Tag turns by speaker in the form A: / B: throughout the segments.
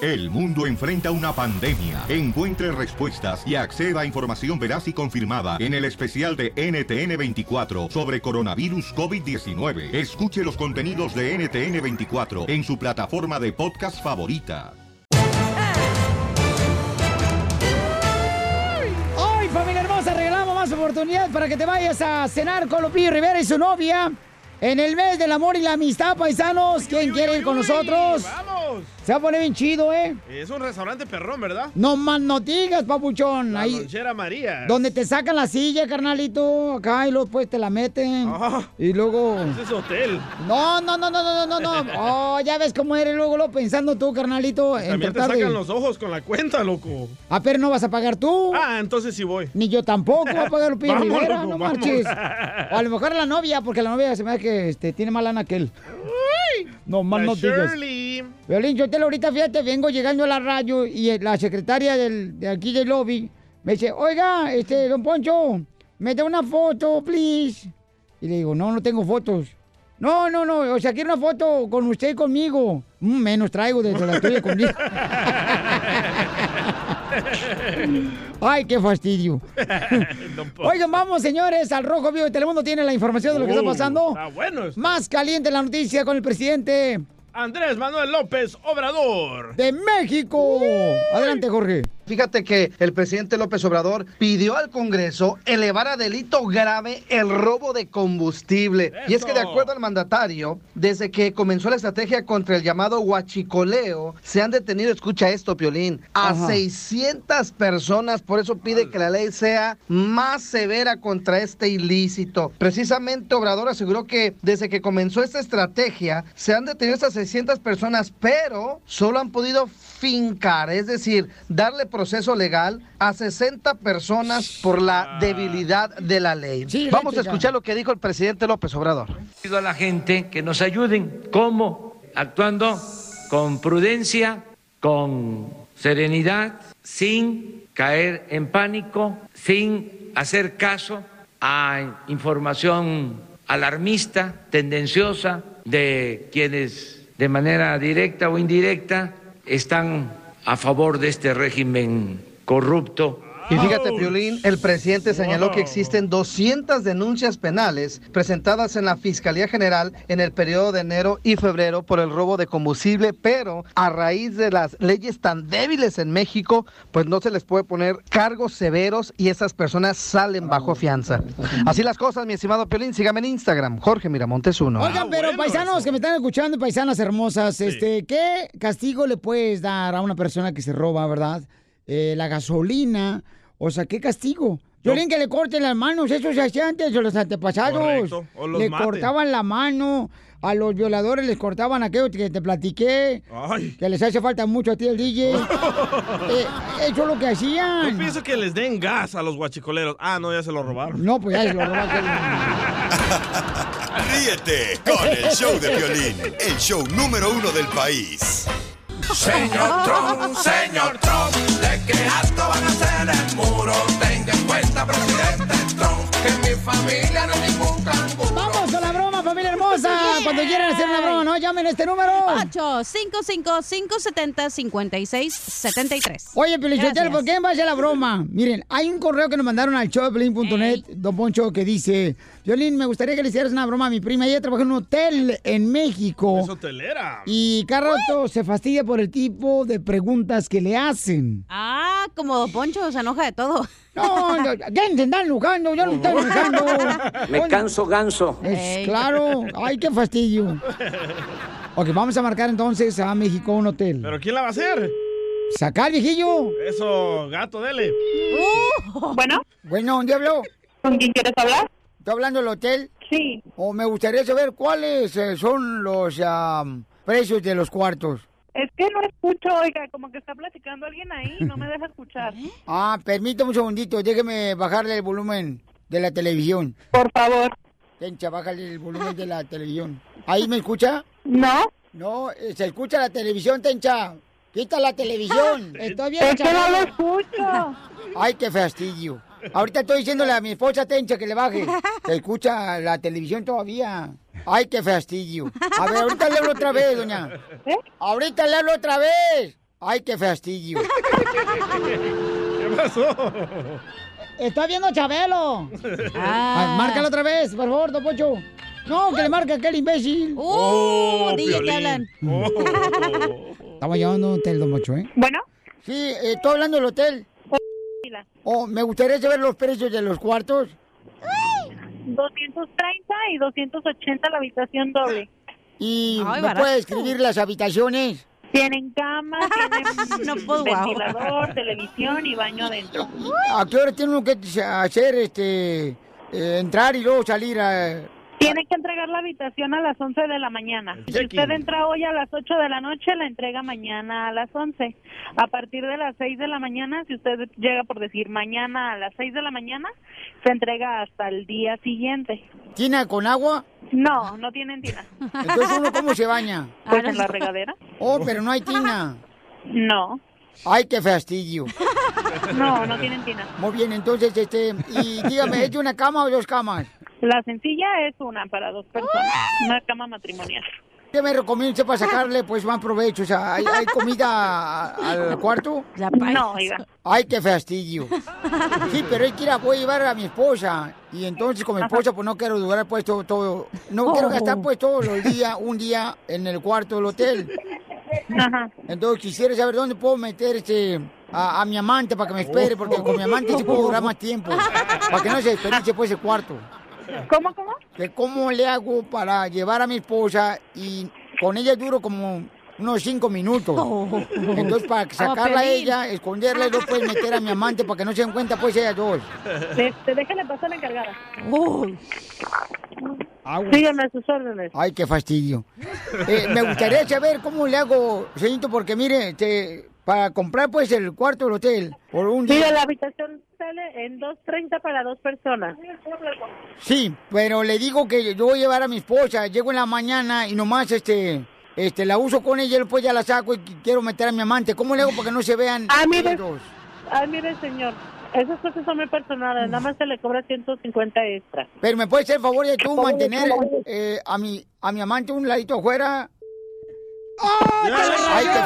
A: El mundo enfrenta una pandemia. Encuentre respuestas y acceda a información veraz y confirmada en el especial de NTN24 sobre coronavirus COVID-19. Escuche los contenidos de NTN24 en su plataforma de podcast favorita.
B: Hoy, familia hermosa, regalamos más oportunidades para que te vayas a cenar con Lupillo Rivera y su novia. En el mes del amor y la amistad, paisanos, ¿quién quiere ir con nosotros?
C: ¡Vamos!
B: Se va a poner bien chido, ¿eh?
C: Es un restaurante perrón, ¿verdad?
B: No más no digas, papuchón.
C: La
B: Ahí,
C: lonchera María.
B: donde te sacan la silla, carnalito, acá y luego pues te la meten.
C: Ah.
B: Y luego...
C: Ese es hotel.
B: Ah, No, no, no, no, no, no, no, no. Oh, ya ves cómo eres luego lo pensando tú, carnalito. en
C: Pues También te
B: tratar de-
C: sacan los ojos con la cuenta, loco.
B: Ah, pero no vas a pagar tú.
C: Ah, entonces sí voy.
B: Ni yo tampoco voy a pagar Lupillo
C: Vamos,
B: Rivera,
C: loco,
B: no
C: vamos.
B: marches. O a lo mejor la novia, porque la novia se me da que este, tiene más lana que él. No, más
C: La
B: no digas.
C: Shirley.
B: Violín, yo te lo ahorita, fíjate, vengo llegando a la radio y la secretaria del, de aquí del lobby me dice, oiga, este, don Poncho, me da una foto, please. Y le digo, no, no tengo fotos. No, no, no, o sea, quiero una foto con usted y conmigo. Mm, menos traigo de la tuya conmigo. Ay, qué fastidio. Oigan, vamos, señores, al Rojo Vivo de Telemundo tiene la información de lo que está
C: Uh,
B: pasando.
C: está bueno esto.
B: Más caliente la noticia con el presidente
C: Andrés Manuel López Obrador.
B: de México. Adelante, Jorge.
D: Fíjate que el presidente López Obrador pidió al Congreso elevar a delito grave el robo de combustible. Y es que de
C: ¡Eso!
D: acuerdo al mandatario, desde que comenzó la estrategia contra el llamado huachicoleo, se han detenido, escucha esto, Piolín, a
B: Ajá.
D: 600 personas. Por eso pide que la ley sea más severa contra este ilícito. Precisamente Obrador aseguró que desde que comenzó esta estrategia, se han detenido estas 600 personas, pero solo han podido fincar, es decir, darle proceso legal a 60 personas por la debilidad de la ley.
B: Sí,
D: Vamos a
B: eléctrica.
D: escuchar lo que dijo el presidente López Obrador.
E: pido a la gente que nos ayuden. ¿Cómo? Actuando con prudencia, con serenidad, sin caer en pánico, sin hacer caso a información alarmista, tendenciosa, de quienes de manera directa o indirecta están a favor de este régimen corrupto.
D: Y fíjate, Piolín, el presidente señaló que
C: Wow.
D: existen 200 denuncias penales presentadas en la Fiscalía General en el periodo de enero y febrero por el robo de combustible, pero a raíz de las leyes tan débiles en México, pues no se les puede poner cargos severos y esas personas salen bajo fianza. Así las cosas, mi estimado Piolín, sígame en Instagram, Jorge Miramontes uno.
B: Oigan, pero
C: Ah, bueno
B: paisanos
C: eso.
B: que me están escuchando, paisanas hermosas, este, ¿qué castigo le puedes dar a una persona que se roba, verdad? Eh, la gasolina, o sea, ¿qué castigo? Yo leen que le corten las manos, eso se hacía antes o los antepasados.
C: Correcto, o los
B: le
C: maten.
B: cortaban la mano, a los violadores les cortaban aquello que te platiqué,
C: Ay.
B: que les hace falta mucho a ti el DJ. Eh, eso es lo que
C: Yo
B: hacían.
C: pienso que les den gas a los guachicoleros. Ah, no, ya se lo robaron.
B: No, pues ya se lo robaste.
F: Ríete con el show de violín, el show número uno del país.
G: Señor Trump, señor Trump, de qué alto van a ser el muro. Tenga en cuenta, presidente Trump, que en mi familia no hay ningún canguro.
B: Vamos a la broma, familia hermosa. Cuando quieran hacer una broma, no llamen a este número.
H: 855-570-5673.
B: Oye, Pelichotel,
H: Gracias.
B: ¿por qué en base a la broma? Miren, hay un correo que nos mandaron al showpelín.net, don Poncho, que dice: Violín, me gustaría que le hicieras una broma a mi prima. Ella trabaja en un hotel en México.
C: Es hotelera.
B: Y cada rato se fastidia por el tipo de preguntas que le hacen.
H: Ah, como Don Poncho se enoja de todo.
B: No, no, ¿qué te andan enojando? Yo no estoy enojando.
I: Me canso ganso.
B: Es
H: Ey.
B: claro. Ay, qué fastidio. Ok, vamos a marcar entonces a México un hotel.
C: ¿Pero quién la va a hacer?
B: Sacar, viejillo.
C: Eso, gato, dele.
B: Uh.
J: Bueno,
B: Bueno, ¿dónde habló?
J: ¿con quién quieres hablar?
B: ¿Está hablando del hotel?
J: Sí.
B: O me gustaría saber cuáles eh, son los ah, precios de los cuartos.
J: Es que no escucho, oiga, como que está platicando alguien ahí, no me deja escuchar.
B: Ah, permítame un segundito, déjeme bajarle el volumen de la televisión.
J: Por favor.
B: Tencha, bájale el volumen de la televisión. ¿Ahí me escucha?
J: No,
B: No, eh, se escucha la televisión, Tencha. Quita la televisión. Estoy bien,
J: es que no lo
B: chaval.
J: escucho.
B: Ay, qué fastidio. Ahorita estoy diciéndole a mi esposa Tencha que le baje. Se escucha la televisión todavía. Ay, qué fastidio. A ver, ahorita le hablo otra vez, doña.
J: ¿Eh?
B: Ahorita le hablo otra vez. Ay, qué fastidio.
G: ¿Qué
B: pasó? Está viendo a Chabelo. Ah,
G: Ah.
B: márcalo otra vez, por favor, Don Poncho. No, que le marque aquel imbécil. Uh,
G: Oh, DJ, te Piolín. hablan.
B: Estamos llevando un hotel, Don Poncho, ¿eh?
J: Bueno.
B: Sí, eh, estoy hablando del hotel. Oh, me gustaría saber los precios de los cuartos.
J: 230 y 280 la habitación doble.
B: ¿Y
J: Ay,
B: me
J: barato.
B: puede escribir las habitaciones?
J: Tienen cama, tienen
B: No, pues, guau.
J: ventilador, televisión y baño adentro.
B: ¿A qué hora tiene uno que hacer, este, eh, entrar y luego salir a...
J: Tienen que entregar la habitación a las 11 de la mañana. Si
B: check-in.
J: usted entra hoy a las 8 de la noche, la entrega mañana a las 11. A partir de las 6 de la mañana, si usted llega por decir mañana a las 6 de la mañana, se entrega hasta el día siguiente.
B: ¿Tina con agua?
J: No, no tienen tina.
B: Entonces uno cómo se baña?
J: Pues en la regadera.
B: Oh, pero no hay tina.
J: No.
B: Ay, qué fastidio.
J: No, no tienen tina.
B: Muy bien, entonces, este, y dígame, ¿es de una cama o dos camas?
J: La sencilla es una para dos personas, una cama matrimonial.
B: ¿Qué me recomienda usted para sacarle, pues, más provecho? O sea, ¿hay, hay comida a- al cuarto?
J: No, oiga.
B: Ay, qué fastidio. Sí, pero es que la voy a llevar a mi esposa. Y entonces con mi esposa, pues no quiero durar pues todo, todo- No
G: Oh.
B: quiero gastar pues todos los días, un día en el cuarto del hotel. Entonces quisiera saber dónde puedo meter este, a, a mi amante para que me espere, porque con mi amante se puede durar más tiempo. Para que no se desperdicie pues el cuarto.
J: ¿Cómo, cómo?
B: Que cómo le hago para llevar a mi esposa y con ella duro como unos cinco minutos. Entonces para
J: Oh. Como
B: sacarla a
J: Piolín.
B: ella, esconderla y luego pues meter a mi amante para que no se den cuenta pues ellas dos.
J: Este, déjale pasar la encargada.
B: Oh. Aguas.
J: Síganme a sus órdenes.
B: Ay, qué fastidio. Eh, me gustaría saber cómo le hago, señorito, porque mire, este, para comprar pues el cuarto del hotel por un día.
J: Mira, la habitación sale en 2.30 para dos personas.
B: Sí, pero le digo que yo voy a llevar a mi esposa, llego en la mañana y nomás este este la uso con ella, después ya la saco y qu- quiero meter a mi amante. ¿Cómo le hago para que no se vean
J: Ah, mire.
B: ellos dos?
J: Ay, mire, señor, esas cosas son muy personales, nada más se le cobra 150 extra.
B: Pero me puede hacer el favor de tú mantener eh, a mi a mi amante un ladito afuera.
C: ¡Ah!
B: Ay, qué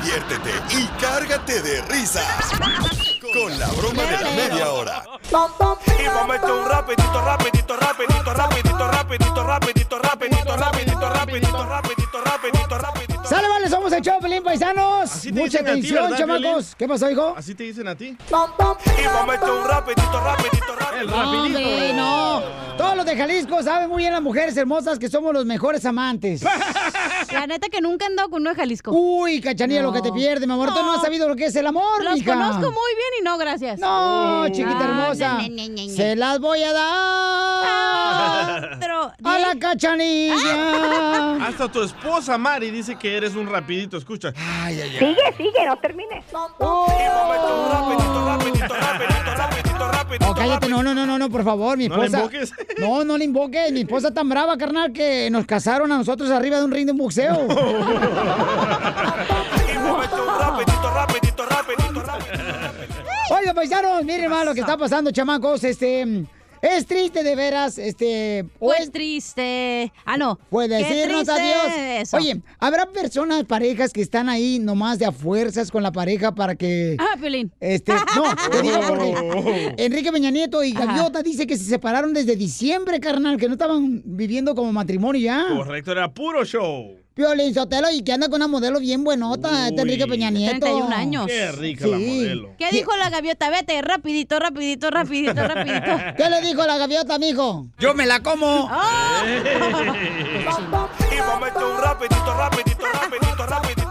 F: Diviértete y cárgate de risas con la broma de la media hora.
G: Y vamos a meter un rapidito, rapidito, rapidito, rapidito, rapidito, rapidito, rapidito, rapidito, rapidito, rapidito, rapidito, rapidito.
B: Sale, vale, somos el show, Pelín Paisanos.
C: Así te
B: Mucha
C: dicen a ti,
B: atención,
C: ¿verdad,
B: chamacos.
C: Piolín?
B: ¿Qué pasó, hijo?
C: Así te dicen a ti.
G: Y vamos a meter un rapidito, rapidito,
C: El
B: No,
C: rapidito.
B: hombre, no. Todos los de Jalisco saben muy bien las mujeres hermosas que somos los mejores amantes.
H: La neta que nunca he andado con uno de Jalisco.
B: Uy, cachanilla, lo
H: No.
B: que te pierde, mi amor. Tú no has sabido lo que es el amor,
H: Los
B: mija.
H: conozco muy bien y no, gracias.
B: No,
H: Ay,
B: chiquita hermosa.
H: ne, ne, ne, ne.
B: Se las voy a dar.
H: Ah, Otro.
B: A la
J: Ah.
B: cachanilla.
C: Hasta tu esposa Mari dice que eres un rapidito, escucha.
B: Ay, ay,
J: Sigue, sigue, no termines.
B: Oh, No, Oh, cállate, no, no, no, no, no, por favor, mi
C: No la
B: esposa.
C: invoques.
B: No, no le invoques. Mi esposa tan brava, carnal, que nos casaron a nosotros arriba de un ring de un boxeo. Oiga, paisanos, miren más lo que está pasando, chamacos. Este. Es triste de veras, este. o
H: Fue
B: es-
H: triste. Ah, no.
B: Pues
H: Qué
B: decirnos
H: triste
B: adiós.
H: eso.
B: Oye, habrá personas, parejas que están ahí nomás de a fuerzas con la pareja para que.
H: Ah, Piolín.
B: Este, no, te digo porque Enrique Peña Nieto y
H: Ajá.
B: Gaviota dice que se separaron desde diciembre, carnal, que no estaban viviendo como matrimonio ya.
C: Correcto, era puro show.
B: Piolín Sotelo y que anda con una modelo bien buenota, este Enrique Peña Nieto.
H: 31 años.
C: Qué rica la modelo.
H: ¿Qué dijo la gaviota? Vete, rapidito, rapidito, rapidito, rapidito.
B: ¿Qué le dijo la gaviota, mijo? ¡Oh! Yo me la como.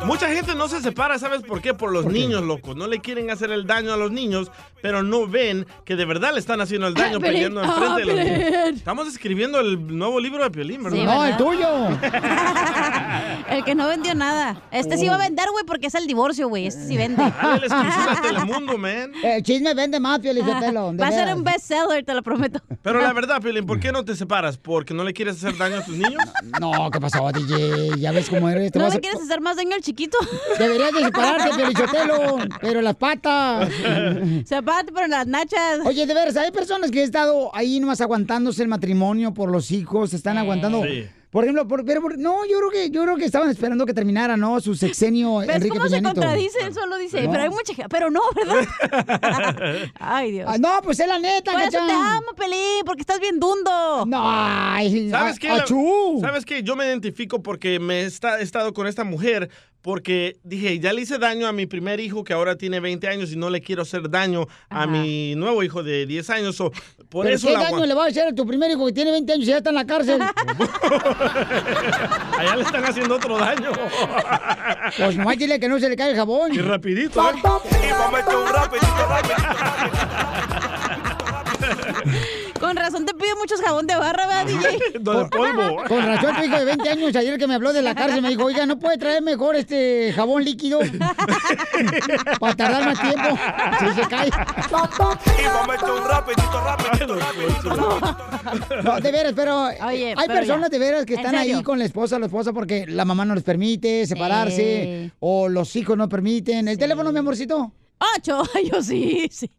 C: Mucha gente no se separa, ¿sabes por qué? Por los niños, locos. No le quieren hacer el daño a los niños, pero no ven que de verdad le están haciendo el daño
H: Ah, Piolín.
C: peleando enfrente de los
H: Ah,
C: niños.
H: Piolín.
C: Estamos escribiendo el nuevo libro de Piolín, ¿verdad?
B: no, el tuyo.
H: El que no vendió nada. Este sí va
B: Oh.
H: a vender, güey, porque es el divorcio, güey. Este sí vende.
B: Ah,
C: Dale la exclusiva a Telemundo, man.
B: El chisme vende más, Piolín Sotelo. de
H: Va a ser
B: veras.
H: un bestseller, te lo prometo.
C: Pero la verdad, Piolín, ¿por qué no te separas? ¿Porque no le quieres hacer daño a tus niños?
B: No, ¿qué pasó, DJ? Ya ves cómo eres. te
H: ¿No
B: vas
H: le
B: Este a-
H: quieres hacer más daño al chiquito?
B: Deberías de separarte, Pelichotelo, pero las patas.
H: Sepárate, pero las nachas.
B: Oye,
H: Eh.
B: de veras, hay personas que han estado ahí nomás aguantándose el matrimonio por los hijos, están aguantando
H: Sí.
B: Por ejemplo, por- pero por- no, yo creo que yo creo que estaban esperando que terminara, ¿no? Su sexenio
H: ¿Ves
B: Enrique
H: cómo
B: Peña
H: se
B: Nieto.
H: contradice? Él solo dice,
B: No.
H: pero hay mucha gente. Pero no, ¿verdad? Ay, Dios.
B: Ah, no, pues es la neta,
H: Por eso
B: Cacha.
H: te amo, Pelín, porque estás bien dundo.
B: No, ay, ah,
C: ¿Sabes qué? La- ¿Sabes qué? Yo me identifico porque me está- he estado con esta mujer porque dije, ya le hice daño a mi primer hijo que ahora tiene 20 años y no le quiero hacer daño a mi nuevo hijo de 10 años. so, por
B: ¿Pero
C: eso
B: ¿Qué
C: la
B: daño
C: aguan-
B: le va a hacer a tu primer hijo que tiene 20 años y ya está en la cárcel?
C: allá le están haciendo otro daño.
B: pues nomás dile que no se le cae el jabón.
C: Y rapidito, ¿eh?
H: Con razón te pide muchos jabón de barra, ¿verdad, DJ?
B: Con razón, tu hijo de 20 años ayer que me habló de la cárcel me dijo, oiga, ¿no puede traer mejor este jabón líquido? Para tardar más tiempo. Si se cae. No, de veras, pero
H: Oye,
B: hay
H: pero ya.
B: personas de veras que
H: ¿En
B: están ahí
H: serio?
B: con la esposa, la esposa porque la mamá no les permite separarse o los hijos no permiten. ¿El teléfono, mi amorcito?
H: Ocho, yo sí, sí.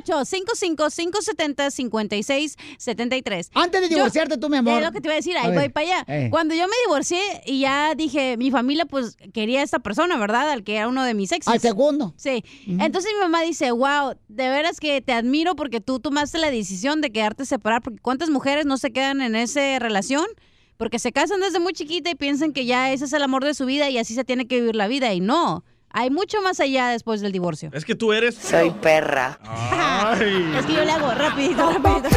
H: Ocho, cinco, cinco, cinco, setenta, cincuenta y seis, setenta y tres.
B: Antes de divorciarte tú, mi amor.
H: Es lo que te iba a decir,
B: A
H: ahí
B: ver,
H: voy para allá.
B: eh.
H: Cuando yo me divorcié y ya dije, mi familia pues quería a esta persona, ¿verdad? Al que era uno de mis exes.
B: Al segundo.
H: Sí.
B: Ujú.
H: Entonces mi mamá dice, wow, de veras que te admiro porque tú tomaste la decisión de quedarte separar, porque cuántas mujeres no se quedan en esa relación. Porque se casan desde muy chiquita y piensan que ya ese es el amor de su vida y así se tiene que vivir la vida. Y no, hay mucho más allá después del divorcio.
C: Es que tú eres...
H: Soy
C: perra.
H: Es que yo le hago rapidito, rapidito.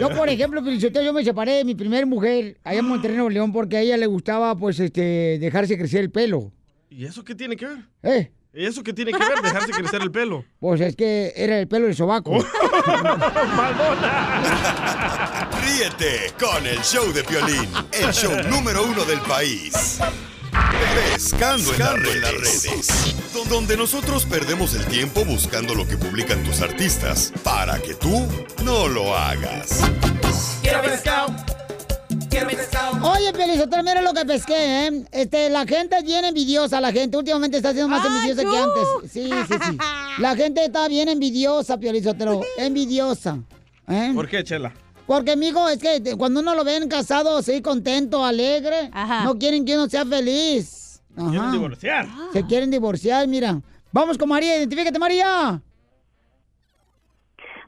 B: Yo, por ejemplo, Feliciteo, yo me separé de mi primer mujer allá en Monterrey, Nuevo León, porque a ella le gustaba, pues, este, dejarse crecer el pelo.
C: ¿Y eso qué tiene que ver?
B: ¿Eh?
C: ¿Y eso qué tiene que ver? Dejarse crecer el pelo.
B: Pues es que era el pelo del sobaco.
C: Oh.
F: Ríete con el show de Piolín, el show número uno del país. Pescando en las redes. Donde nosotros perdemos el tiempo buscando lo que publican tus artistas para que tú no lo hagas.
G: Quiero pescado. Quiero pescado.
B: Oye, Feliciteo, mira lo que pesqué, ¿eh? Este, la gente es bien envidiosa, la gente últimamente está siendo
C: ¡Ah,
B: más envidiosa que antes. Sí, sí, sí. La gente está bien envidiosa, Feliciteo, envidiosa. ¿Eh?
C: ¿Por qué, Chela?
B: Porque, mijo, es que te- cuando uno lo ven casado, sí, contento, alegre, no quieren que uno sea feliz. Ajá.
C: Quieren divorciar.
K: Ah.
B: Se quieren divorciar, mira. Vamos con María, identifícate, María.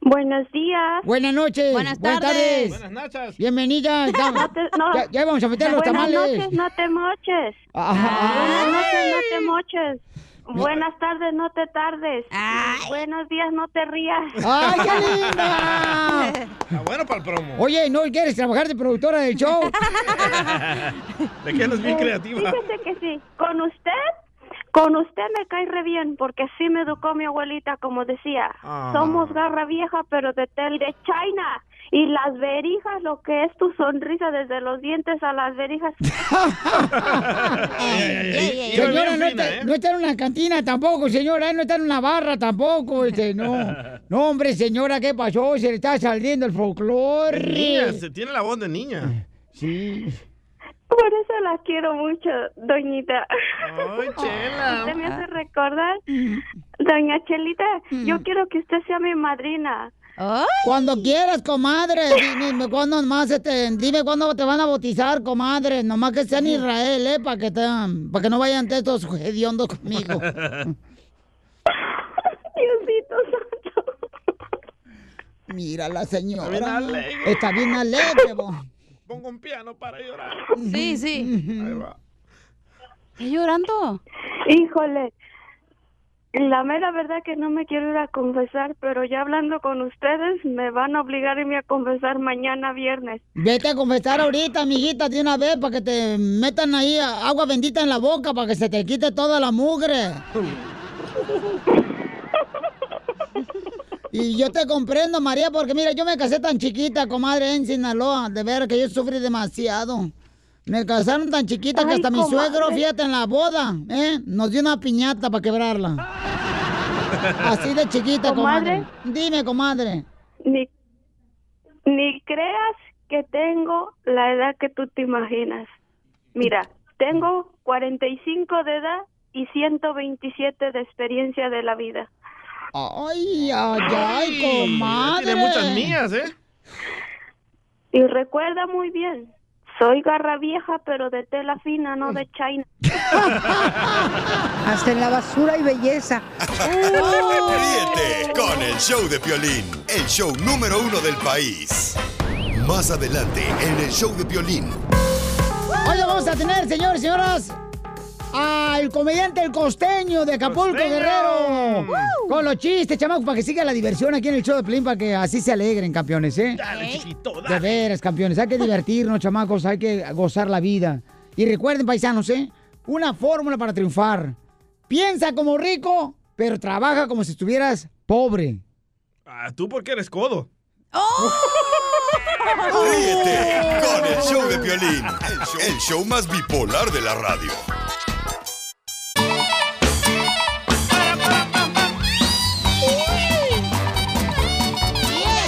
K: Buenos días.
B: Buenas noches.
K: Buenas tardes. Buenas
C: noches.
B: Bienvenida. Ya,
K: No te- no.
B: ya- ya vamos a meter los
K: Buenas
B: tamales.
K: noches, no te moches. Buenas noches, no te moches. Buenas tardes, no te tardes. Buenos días, no te rías.
B: ¡Ay, qué linda!
C: Está bueno para el promo.
B: Oye, ¿no quieres trabajar de productora del show?
C: Te quedas bien
K: Eh,
C: creativa.
K: Fíjese que sí. Con usted, con usted me cae re bien, porque así me educó mi abuelita, como decía.
G: Ah.
K: Somos garra vieja, pero de tel de China. Y las verijas, lo que es tu sonrisa, desde los dientes a las verijas.
B: Señora, no
C: ¿eh?
B: está, no está en una cantina tampoco, señora, no está en una barra tampoco, este, no. No, hombre, señora, ¿qué pasó? Se le está saliendo el
C: Es Niña,
B: folclore.
C: se tiene la voz de niña.
B: Sí.
K: Por eso la quiero mucho, doñita. Usted me hace recordar, doña Chelita, yo quiero que usted sea mi madrina.
B: Cuando quieras, comadre, dime cuándo más, este, dime cuándo te van a bautizar, comadre, nomás que sea en Israel, eh, para que te, para que no vayan estos hediondos conmigo.
K: Diosito
B: Mira la señora.
C: Está bien alegre.
B: Está bien alegre, vos.
C: Pongo un piano para llorar.
H: Sí, sí.
C: Ahí va.
K: ¿Estás llorando? Híjole. La mera verdad que no me quiero ir a confesar, pero ya hablando con ustedes me van a obligar a irme a confesar mañana viernes.
B: Vete a confesar ahorita, amiguita, de una vez, para que te metan ahí a- agua bendita en la boca, para que se te quite toda la mugre. Y yo te comprendo, María, porque mira, yo me casé tan chiquita, comadre, en Sinaloa, de ver que yo sufrí demasiado. Me casaron tan chiquita que
K: Ay,
B: hasta mi
K: comadre.
B: suegro, fíjate, en la boda, ¿eh? Nos dio una piñata para quebrarla. Así de chiquita, comadre. Dime, comadre.
K: Ni, ni creas que tengo la edad que tú te imaginas. Mira, tengo 45 de edad y 127 de experiencia de la vida.
B: Ay, ay, ay, comadre.
C: Tiene muchas mías, ¿eh?
L: Y recuerda muy bien, soy garra vieja, pero de tela fina, no de China.
M: Hasta en la basura y belleza.
F: Ríete con el show de Piolín, el show número uno del país. Más adelante en el show de Piolín.
B: Hoy vamos a tener, señores y señoras, al comediante El Costeño de Acapulco,
G: Costeño.
B: Guerrero. Con los chistes, chamacos, para que siga la diversión aquí en el show de Plin, para que así se alegren, campeones, ¿eh?
G: Dale, chiquito,
B: De veras, campeones. Hay que divertirnos, chamacos. Hay que gozar la vida. Y recuerden, paisanos, ¿eh? Una fórmula para triunfar. Piensa como rico, pero trabaja como si estuvieras pobre.
C: Ah, tú porque eres codo.
H: ¡Oh!
F: Ríete con el show de Piolín, el show, el show más bipolar de la radio.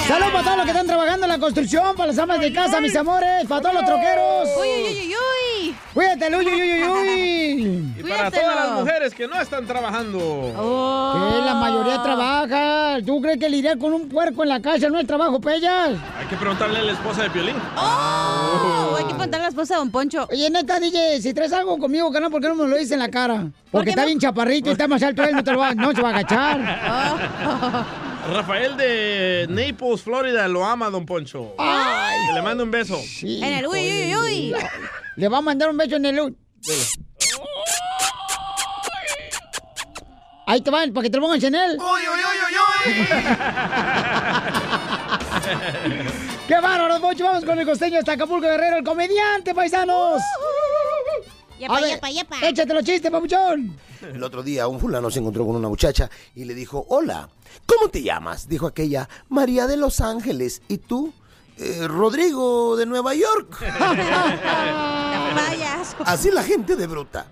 B: Saludos para todos los que están trabajando en la construcción, para las amas de casa, mis amores, para todos los troqueros.
H: Uy, uy, uy, uy, uy.
B: Cuídate, uy, uy, uy, uy.
C: Y para todas las mujeres que no están trabajando.
H: Oh.
B: Que la mayoría trabaja. ¿Tú crees que lidiar con un puerco en la calle no es trabajo, pues, pellas?
C: Hay que preguntarle a la esposa de Piolín.
H: Oh, hay que preguntarle a la esposa de Don Poncho.
B: Oye, neta, DJ, si traes algo conmigo, canal, ¿por qué no me lo dices en la cara? Porque está bien chaparrito y está más alto él, no, te lo va, no se va a agachar.
C: Oh. Rafael de Naples, Florida, lo ama, don Poncho.
B: Ay.
C: Que Le mando un beso.
H: En el uy, uy, uy.
B: Le va a mandar un beso en el... Ahí te van, para que te lo pongas en él. ¡Qué bárbaro, Poncho! Vamos con el costeño hasta Acapulco Guerrero, el comediante, paisanos.
G: Uh-huh.
H: Yepa,
B: A ver,
H: yepa, yepa.
B: Échate los chistes, papuchón.
N: El otro día un fulano se encontró con una muchacha y le dijo, hola, ¿cómo te llamas? Dijo aquella, María de Los Ángeles. ¿Y tú? "Eh, Rodrigo de Nueva York. Así la gente de bruta.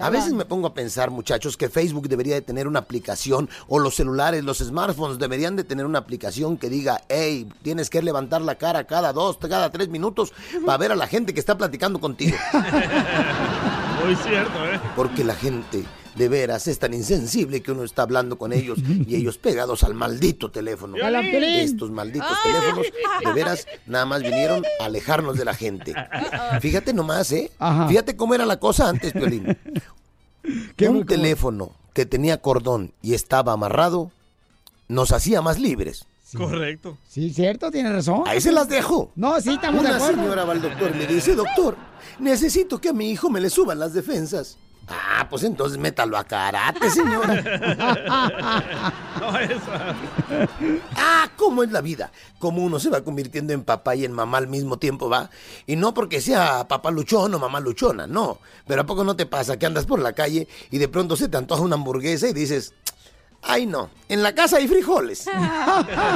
N: A veces me pongo a pensar, muchachos, que Facebook debería de tener una aplicación o los celulares, los smartphones deberían de tener una aplicación que diga, hey, tienes que levantar la cara cada dos, cada tres minutos para ver a la gente que está platicando contigo.
C: Muy cierto, ¿eh?
N: Porque la gente de veras es tan insensible que uno está hablando con ellos y ellos pegados al maldito teléfono.
G: ¡Violín! ¡Hola, Piolín!
N: Estos malditos teléfonos de veras nada más vinieron a alejarnos de la gente. Fíjate nomás, ¿eh? Fíjate cómo era la cosa antes, Piolín. Un teléfono que tenía cordón y estaba amarrado nos hacía más libres.
C: Correcto.
B: Sí, cierto, tienes razón.
N: Ahí se las dejo.
B: No, sí, estamos de
N: Una
B: acuerdo.
N: señora va al doctor y le dice, doctor, necesito que a mi hijo me le suban las defensas. Ah, pues entonces métalo a karate, señora.
G: No, esa.
N: ah, cómo es la vida. Cómo uno se va convirtiendo en papá y en mamá al mismo tiempo, ¿va? Y no porque sea papá luchón o mamá luchona, no. Pero ¿a poco no te pasa que andas por la calle y de pronto se te antoja una hamburguesa y dices, ay no, en la casa hay frijoles?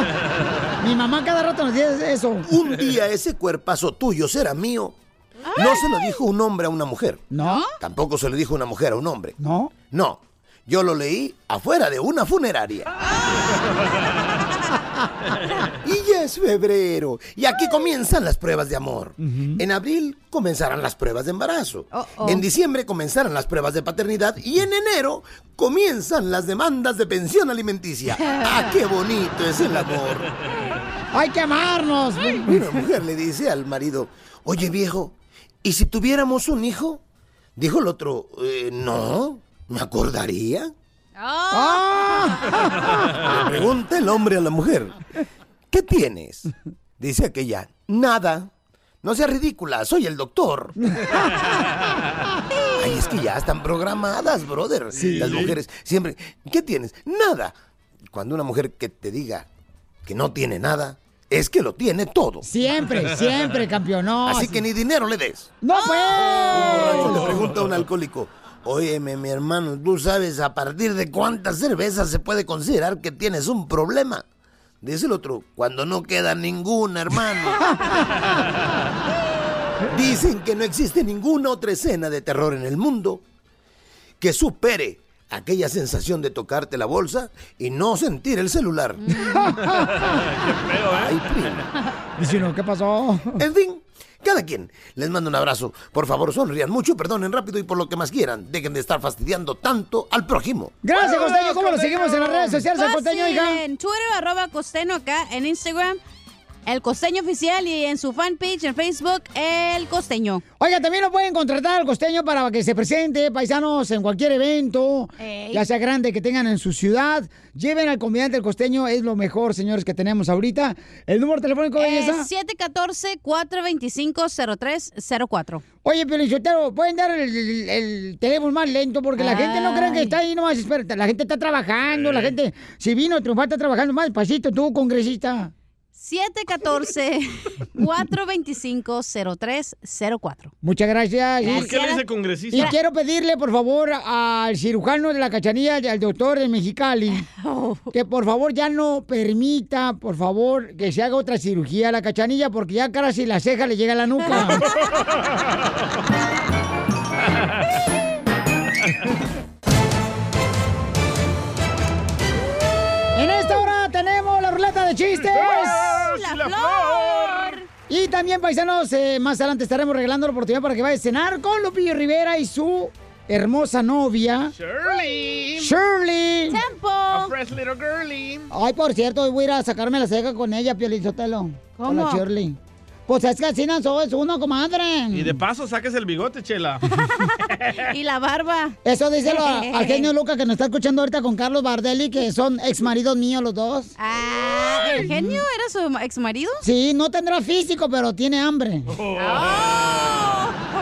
B: Mi mamá cada rato nos dice eso.
N: Un día ese cuerpazo tuyo será mío. No se lo dijo un hombre a una mujer.
B: ¿No?
N: Tampoco se lo dijo una mujer a un hombre.
B: ¿No?
N: No. Yo lo leí afuera de una funeraria. Y ya es febrero. Y aquí comienzan las pruebas de amor. En abril comenzarán las pruebas de embarazo.
G: oh.
N: En diciembre comenzarán las pruebas de paternidad. Y en enero comienzan las demandas de pensión alimenticia. ¡Ah, qué bonito es el amor!
B: ¡Hay que amarnos!
N: Una mujer le dice al marido, oye viejo, ¿y si tuviéramos un hijo? Dijo el otro, "Eh, no, me acordaría. Le pregunta el hombre a la mujer, ¿qué tienes? Dice aquella, nada. No seas ridícula, soy el doctor. Ay, es que ya están programadas, brother. Las mujeres siempre, ¿qué tienes? Nada. Cuando una mujer que te diga que no tiene nada, es que lo tiene todo.
B: Siempre, siempre, campeón. No,
N: Así que ni dinero le des.
B: ¡No,
N: Un borracho le
B: pues!
N: pregunta a un alcohólico. Óyeme, mi hermano, ¿tú sabes a partir de cuántas cervezas se puede considerar que tienes un problema? Dice el otro, cuando no queda ninguna, hermano. Dicen que no existe ninguna otra escena de terror en el mundo que supere aquella sensación de tocarte la bolsa y no sentir el celular.
G: Qué feo, ¿eh?
N: Ay, primo.
B: Dice uno, ¿qué pasó?
N: En fin, cada quien. Les mando un abrazo. Por favor, sonrían mucho, perdonen rápido y por lo que más quieran. Dejen de estar fastidiando tanto al prójimo.
B: Gracias, Costeño. ¿Cómo lo seguimos en las redes sociales al
H: Fácil,
B: Costeño, hija?
H: En Twitter, arroba Costeño acá, en Instagram, El Costeño Oficial y en su fanpage en Facebook, El Costeño.
B: Oiga, también lo pueden contratar al costeño para que se presente, paisanos, en cualquier evento,
H: Ey.
B: ya sea grande que tengan en su ciudad. Lleven al comediante del costeño, es lo mejor, señores, que tenemos ahorita. El número telefónico de
H: Eh,
B: esa.
H: 714-425-0304.
B: Oye, Pelichotero, pueden dar el, el- el teléfono más lento porque la gente no cree que está ahí nomás experta. La gente está trabajando, la gente, si vino a triunfar, está trabajando más despacito, tú, congresista.
H: 714-425-0304.
B: Muchas gracias.
H: ¿Por
B: Y-
H: qué le dice
C: congresista?
B: Y quiero pedirle, por favor, al cirujano de la cachanilla, y al doctor de Mexicali, que por favor ya no permita, por favor, que se haga otra cirugía a la cachanilla, porque ya casi la ceja le llega a la nuca. En esta hora tenemos la ruleta de chistes.
G: ¡La La flor!
B: Y también, paisanos, eh, más adelante estaremos regalando la oportunidad para que vaya a cenar con Lupillo Rivera y su hermosa novia.
C: Shirley.
B: Shirley.
H: Tempo.
C: A fresh little girlie.
B: Ay, por cierto, voy a ir a sacarme la ceja con ella, Piolizotelo. Con la
C: ¿Cómo?
B: Shirley. Pues es que así no es uno, comadre.
C: Y de paso saques el bigote, chela.
H: y la barba.
B: Eso díselo a- al genio Luca que nos está escuchando ahorita con Carlos Bardelli, que son ex maridos míos los dos.
H: Ah, ¿el genio era su ex marido?
B: Sí, no tendrá físico, pero tiene hambre.
C: Oh.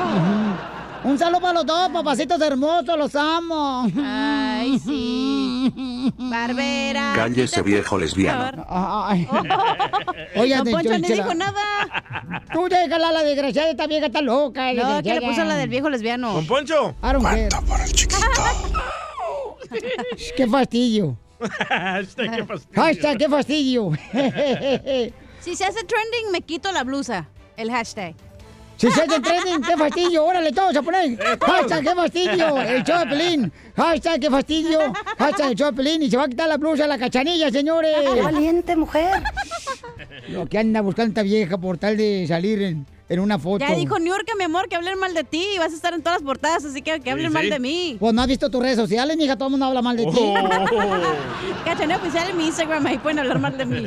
B: Ujú. Un saludo para los dos, papacitos hermosos, los amo. Ay, sí. Barbera.
O: Cállese viejo lesbiano.
B: Ay.
H: Oh.
B: Oye,
H: Don
B: de-
H: Eh, Poncho
B: yo-
H: ni
B: Chela,
H: dijo nada.
B: Tú déjala, la desgraciada, esta vieja está loca.
H: No, que le puso la del viejo lesbiano.
C: Don Poncho.
B: para el chiquito. Qué fastidio.
C: Hashtag, qué fastidio.
B: Hashtag, qué fastidio.
H: Si se hace trending, me quito la blusa. El hashtag.
B: Si se hace trending, qué fastidio, órale, todos a poner. Hashtag, qué fastidio, el show de Pelín. Hashtag, qué fastidio, hashtag, el show de Pelín. Y se va a quitar la blusa, la cachanilla, señores.
M: Qué
B: valiente mujer. Lo que anda buscando esta vieja por tal de salir en, en una foto.
H: Ya dijo New York, mi amor, que hablen mal de ti. Vas a estar en todas las portadas, así que que hablen
B: Sí,
H: mal
B: sí. Oh.
H: de mí.
B: Pues no has visto tus redes sociales, mija, todo el mundo habla mal de ti.
H: Cachaneo oficial en mi Instagram, ahí pueden hablar mal de mí.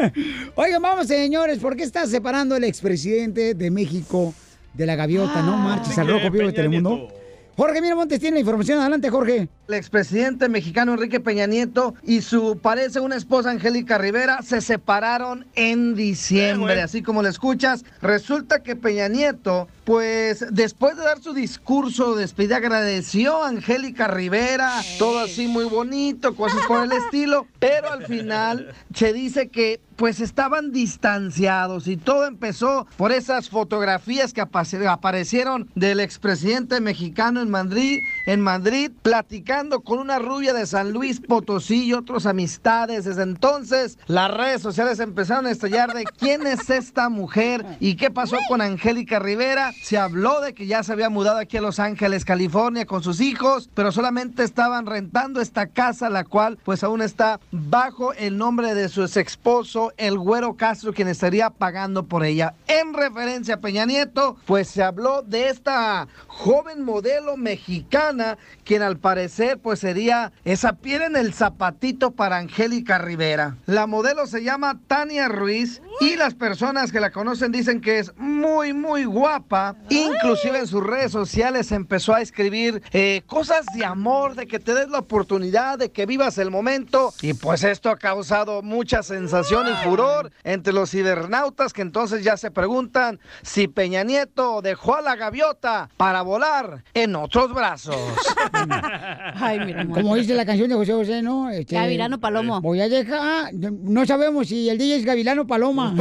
B: Oigan, vamos, señores, ¿por qué está separando el expresidente de México de la gaviota? no marches al rojo vivo de Telemundo. Jorge Miramontes tiene la información. Adelante, Jorge.
D: El expresidente mexicano Enrique Peña Nieto y su parece una esposa Angélica Rivera se separaron en diciembre, así como lo escuchas. Resulta que Peña Nieto, pues después de dar su discurso de despedida, agradeció a Angélica Rivera, todo así muy bonito, cosas por el estilo, pero al final se dice que pues estaban distanciados y todo empezó por esas fotografías que apase- aparecieron del expresidente mexicano en Madrid, en Madrid platicando con una rubia de San Luis Potosí y otros amistades. Desde entonces las redes sociales empezaron a estallar de quién es esta mujer y qué pasó con Angélica Rivera. Se habló de que ya se había mudado aquí a Los Ángeles, California con sus hijos, pero solamente estaban rentando esta casa la cual pues aún está bajo el nombre de su ex esposo, el güero Castro, quien estaría pagando por ella. En referencia a Peña Nieto, pues se habló de esta joven modelo mexicana, quien al parecer pues sería esa piel en el zapatito para Angélica Rivera. La modelo se llama Tania Ruiz y las personas que la conocen dicen que es muy, muy guapa. Inclusive en sus redes sociales empezó a escribir eh, cosas de amor, de que te des la oportunidad, de que vivas el momento. Y pues esto ha causado mucha sensación y furor entre los cibernautas que entonces ya se preguntan si Peña Nieto dejó a la gaviota para volar en otros brazos.
H: Ay, mira, amor.
B: Como dice la canción de José José, ¿no? Este,
H: Gavilano Palomo.
B: Voy a dejar. No sabemos si el DJ es Gavilano Paloma.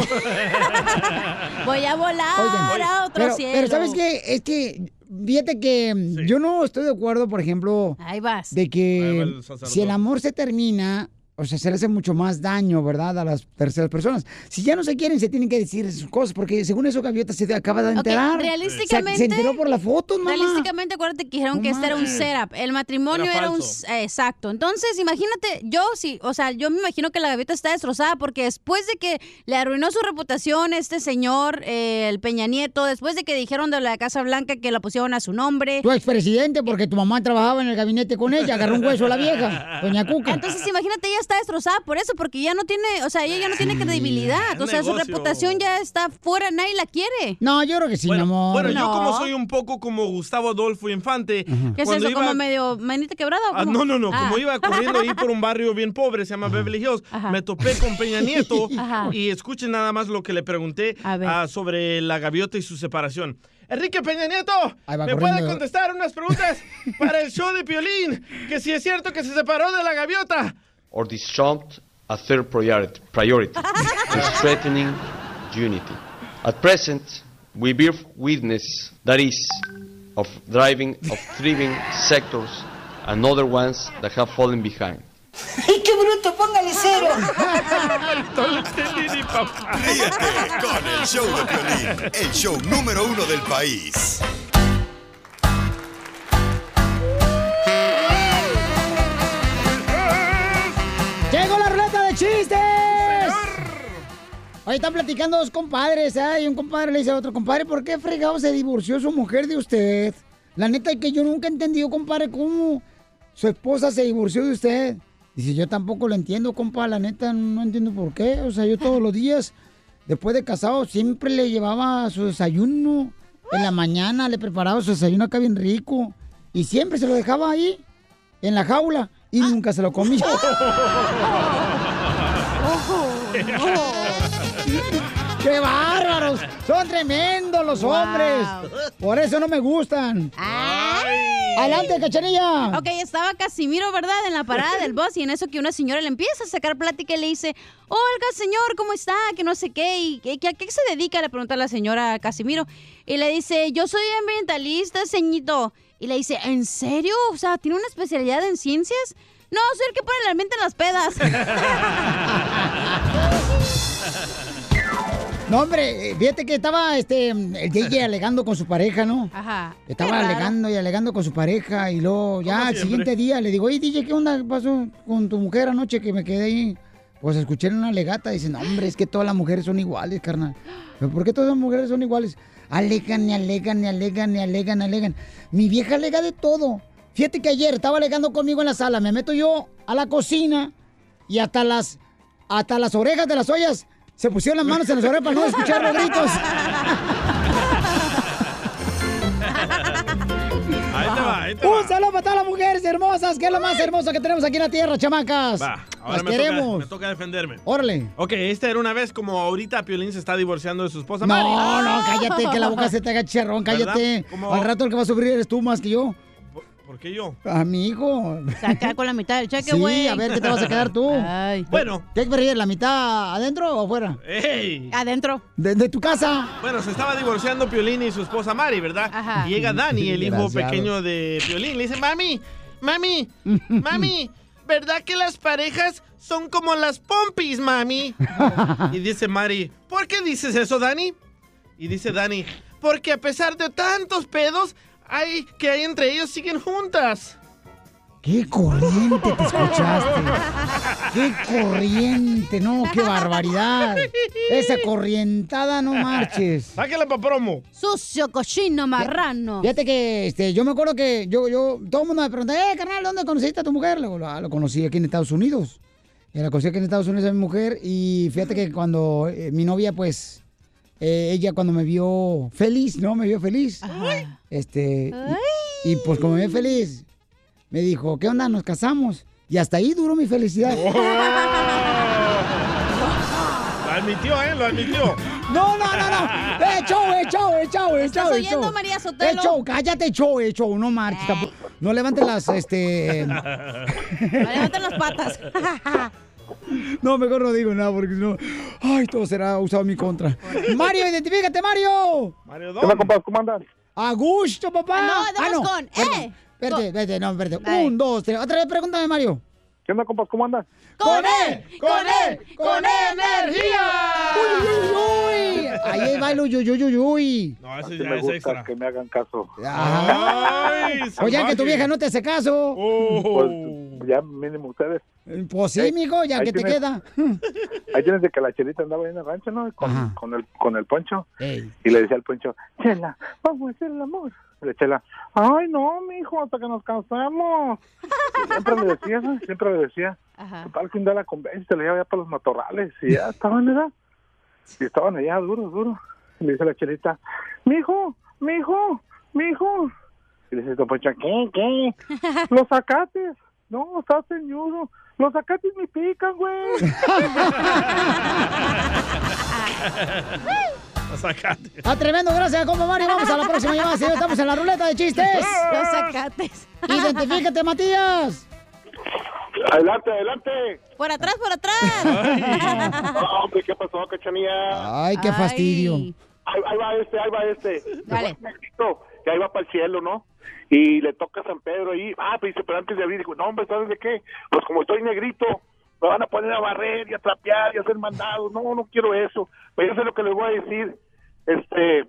H: Voy a volar a otro
B: pero,
H: cielo.
B: pero ¿sabes qué? Es que, fíjate que mm, yo no estoy de acuerdo, por ejemplo,
H: Ahí vas.
B: de
H: Ahí va
B: que
H: el sacerdote.
B: si el amor se termina, o sea, se le hace mucho más daño, ¿verdad? A las terceras personas. Si ya no se quieren, se tienen que decir sus cosas, porque según eso, Gaviota se acaba de
H: Ok,
B: enterar. O sea,
H: realísticamente-
B: se enteró por la foto, mamá.
H: Realísticamente, acuérdate que dijeron
B: No
H: que este era un
B: manches.
H: setup. El matrimonio
B: Era
H: era, un.
B: falso.
H: eh, exacto. Entonces, imagínate, yo sí, o sea, yo me imagino que la gaviota está destrozada porque después de que le arruinó su reputación este señor, eh, el Peña Nieto, después de que dijeron de la Casa Blanca que la pusieron a su nombre.
B: Tu expresidente, porque tu mamá trabajaba en el gabinete con ella, agarró un hueso a la vieja, doña Cuca.
H: Entonces, imagínate, ella está destrozada por eso, porque ya no tiene, o sea, ella ya no tiene credibilidad. O sea, su
C: negocio.
H: reputación ya está fuera, nadie la quiere.
B: No, yo creo que sí, mi amor.
C: Bueno, yo
H: No.
C: como soy un poco como Gustavo Adolfo Infante,
H: ¿Qué es
C: cuando
H: eso?
C: iba-
H: ¿Como medio manita quebrada o
C: Ah,
H: cómo?
C: no, no, no.
H: Ah.
C: Como iba corriendo ahí por un barrio bien pobre, se llama Beverly Hills, me topé con Peña Nieto
H: Ajá.
C: y escuchen nada más lo que le pregunté ah, sobre la gaviota y su separación. Enrique Peña Nieto,
G: Ahí va
C: ¿me
G: corriendo.
C: puede contestar unas preguntas para el show de Piolín? Que si es cierto que se separó de la gaviota.
P: or disrupt a third priority, priority and threatening unity. At present, we bear witness, that is, of driving of thriving sectors and other ones that have fallen behind.
G: ¡Y qué bruto! ¡Póngale cero!
F: Ríete con el show de Piolín, el show número uno del país.
B: ¡Llegó la ruleta de chistes! Ahí están platicando dos compadres, ¿eh? Y un compadre le dice a otro, compadre, ¿por qué fregado se divorció su mujer de usted? La neta es que yo nunca he entendido, compadre, cómo su esposa se divorció de usted. Dice, yo tampoco lo entiendo, compa, la neta, no entiendo por qué. O sea, yo todos los días, después de casado, siempre le llevaba su desayuno. En la mañana le preparaba su desayuno acá bien rico. Y siempre se lo dejaba ahí, en la jaula. Y nunca se lo comía. ¡Qué bárbaros! Son tremendos los
H: Wow.
B: hombres. Por eso no me gustan. Adelante, cachanilla.
H: Ok, estaba Casimiro, ¿verdad? En la parada del bus y en eso que una señora le empieza a sacar plática y le dice, Olga, señor, ¿cómo está? Que no sé qué. ¿Y qué, qué- a qué se dedica? Le pregunta la señora a Casimiro. Y le dice, yo soy ambientalista, ceñito. Y le dice, ¿en serio? O sea, ¿tiene una especialidad en ciencias? No, soy el que pone el ambiente en las pedas.
B: No, hombre, eh, fíjate que estaba este el DJ alegando con su pareja, ¿no?
H: Ajá.
B: Estaba
H: Qué raro.
B: alegando y alegando con su pareja y luego ya
H: Como
B: al
H: siempre.
B: siguiente día le digo, oye, DJ, ¿qué onda pasó con tu mujer anoche que me quedé ahí? Pues escuché una legata, dicen, "No, hombre, es que todas las mujeres son iguales, carnal. ¿Pero ¿Por qué todas las mujeres son iguales? Alegan y alegan y alegan y alegan y alegan. Mi vieja alega de todo. Fíjate que ayer estaba alegando conmigo en la sala, me meto yo a la cocina y hasta las, hasta las orejas de las ollas se pusieron las manos en las orejas para no escuchar los gritos.
C: Ahí te va, Ah, ahí te va.
B: Un saludo para todas las mujeres hermosas, que es lo más hermoso que tenemos aquí en la tierra, chamacas.
C: Va, ahora
B: Las
C: me toca,
B: queremos.
C: me toca defenderme.
B: Órale.
C: Ok, esta era una vez como ahorita Piolín se está divorciando de su esposa. Mari.
B: No, no, cállate, que la boca se te haga chicharrón,
C: ¿Verdad?
B: cállate.
C: Como-
B: Al rato el que va a sufrir eres tú más que yo.
C: ¿Por qué yo?
B: Amigo.
H: Saca con la mitad del cheque,
B: sí,
H: güey. Ah.
B: a ver qué te vas a quedar tú.
C: Bueno.
B: ¿Qué prefieres, la mitad adentro o afuera?
C: ¡Ey!
H: Adentro.
B: De, de tu casa.
C: Bueno, se estaba divorciando Piolín y su esposa Mari, ¿verdad? Y Llega Dani, el hijo
B: Desgraciado.
C: pequeño de Piolín, le dice, mami, mami, mami, ¿verdad que las parejas son como las pompis, mami? Y dice Mari, ¿por qué dices eso, Dani? Y dice Dani, porque a pesar de tantos pedos hay que hay entre ellos, siguen juntas.
B: Qué corriente te escuchaste. Qué corriente, no, qué barbaridad. Esa corrientada no marches.
C: Sáquela para promo.
H: Sucio, cochino, marrano.
B: Fíjate que este, yo me acuerdo que yo, yo, todo el mundo me pregunta, eh, carnal, ¿dónde conociste a tu mujer? Le digo, "Ah, lo conocí aquí en Estados Unidos. Eh, La conocí aquí en Estados Unidos a mi mujer y fíjate que cuando eh, mi novia, pues, eh, ella cuando me vio feliz, ¿no? Me vio feliz. Este, y, y, pues como me vio feliz, me dijo, ¿qué onda? Nos casamos. Y hasta ahí duró mi felicidad.
C: Oh. Lo admitió, ¿eh? Lo admitió.
B: No, no, no, no. Eh, show, eh, show, eh, show, eh,
H: ¿Estás
B: show, eh,
H: oyendo,
B: show.
H: María Sotelo?
B: Eh, show, cállate, show, eh, show. No marches tampoco. No levantes las, este...
H: Levanten las patas.
B: No, mejor no digo nada porque si no... Ay, todo será usado en mi contra. Mario, identifícate, Mario.
C: Mario
Q: ¿Qué onda, compas? ¿Cómo andas?
B: A gusto, papá.
H: Ah,
B: Ah,
H: No, danos con,
B: Espérate,
H: eh.
B: Espérate, espérate, no, espérate. Un, dos, tres. Otra vez pregúntame, Mario.
Q: ¿Qué onda, compas? ¿Cómo andas?
B: ¡Con él! ¡Con él! ¡Con energía! ¡Uy, uy, uy! Ahí el baile, uy, uy, uy, uy, uy.
C: No,
Q: Así me gusta que me hagan caso.
B: Ah.
R: Ah.
B: Ajá. Oye, que tu vieja no te hace caso.
R: Oh.
Q: Pues ya mínimo ustedes.
B: Oh. Pues sí, mijo, ya
Q: ahí
B: que te
Q: tienes-
B: queda.
Q: Ahí tienes de que la chelita andaba ahí en el rancho, ¿no? Con, con el, con el poncho.
B: Ey.
Q: Y le decía al poncho,
G: Chela, vamos a hacer el amor.
Q: le chela, ay no, mijo, hasta que nos cansamos. Siempre me decía, ¿no? siempre me decía. Total, que un día la convención se le llevaba ya para los matorrales y ya estaban, ¿verdad? Y estaban allá duro, duro. Y le dice la chelita, mijo, mijo, mijo. Y le dice Don Poncho, ¿qué, qué? Los acates, no, estás ceñudo. Los acates me pican, güey.
C: Lo sacaste.
B: Ah, tremendo, gracias, compa Mario. Vamos a la próxima llamada, señor. Estamos en la ruleta de chistes.
G: Los
B: sacates. Identifícate, Matías.
R: Adelante, adelante.
H: Por atrás, por atrás.
R: Ah, hombre, ¿qué pasó, cachanilla?
B: Ay, qué fastidio.
R: Ahí, ahí va este, ahí va este. Dale. Y ahí va para el cielo, ¿no? Y le toca a San Pedro ahí. Ah, pero dice, pero antes de abrir, dijo, no, hombre, ¿sabes de qué? Pues como estoy negrito, me van a poner a barrer y a trapear y a hacer mandados. No, no quiero eso. Pero yo sé lo que les voy a decir. Este,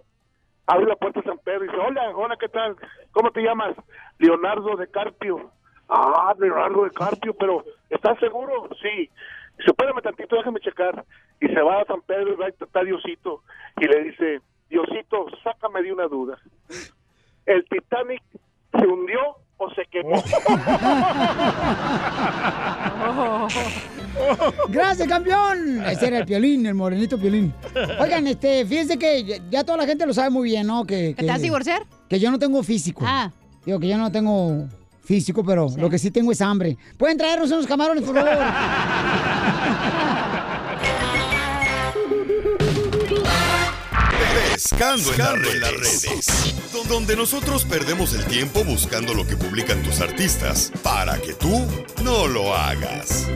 R: abre la puerta a San Pedro y dice, hola, hola, ¿qué tal? ¿Cómo te llamas? Leonardo de Carpio. Ah, Leonardo de Carpio, pero ¿estás seguro? Sí. Dice, espérame tantito, déjame checar. Y se va a San Pedro y va a está Diosito. Y le dice, Diosito, sácame de una duda. ¿El Titanic se hundió o se quemó?
B: Gracias, campeón. Ese era el piolín, el morenito piolín. Oigan, este, fíjense que ya- ya toda la gente lo sabe muy bien, ¿no? Que,
H: ¿Te vas a divorciar?
B: Que yo no tengo físico. Ah. Digo que yo no tengo físico, pero lo que sí tengo es hambre. ¿Pueden traernos unos camarones, por favor?
F: Pescando en las redes. Donde nosotros perdemos el tiempo buscando lo que publican tus artistas para que tú no lo hagas.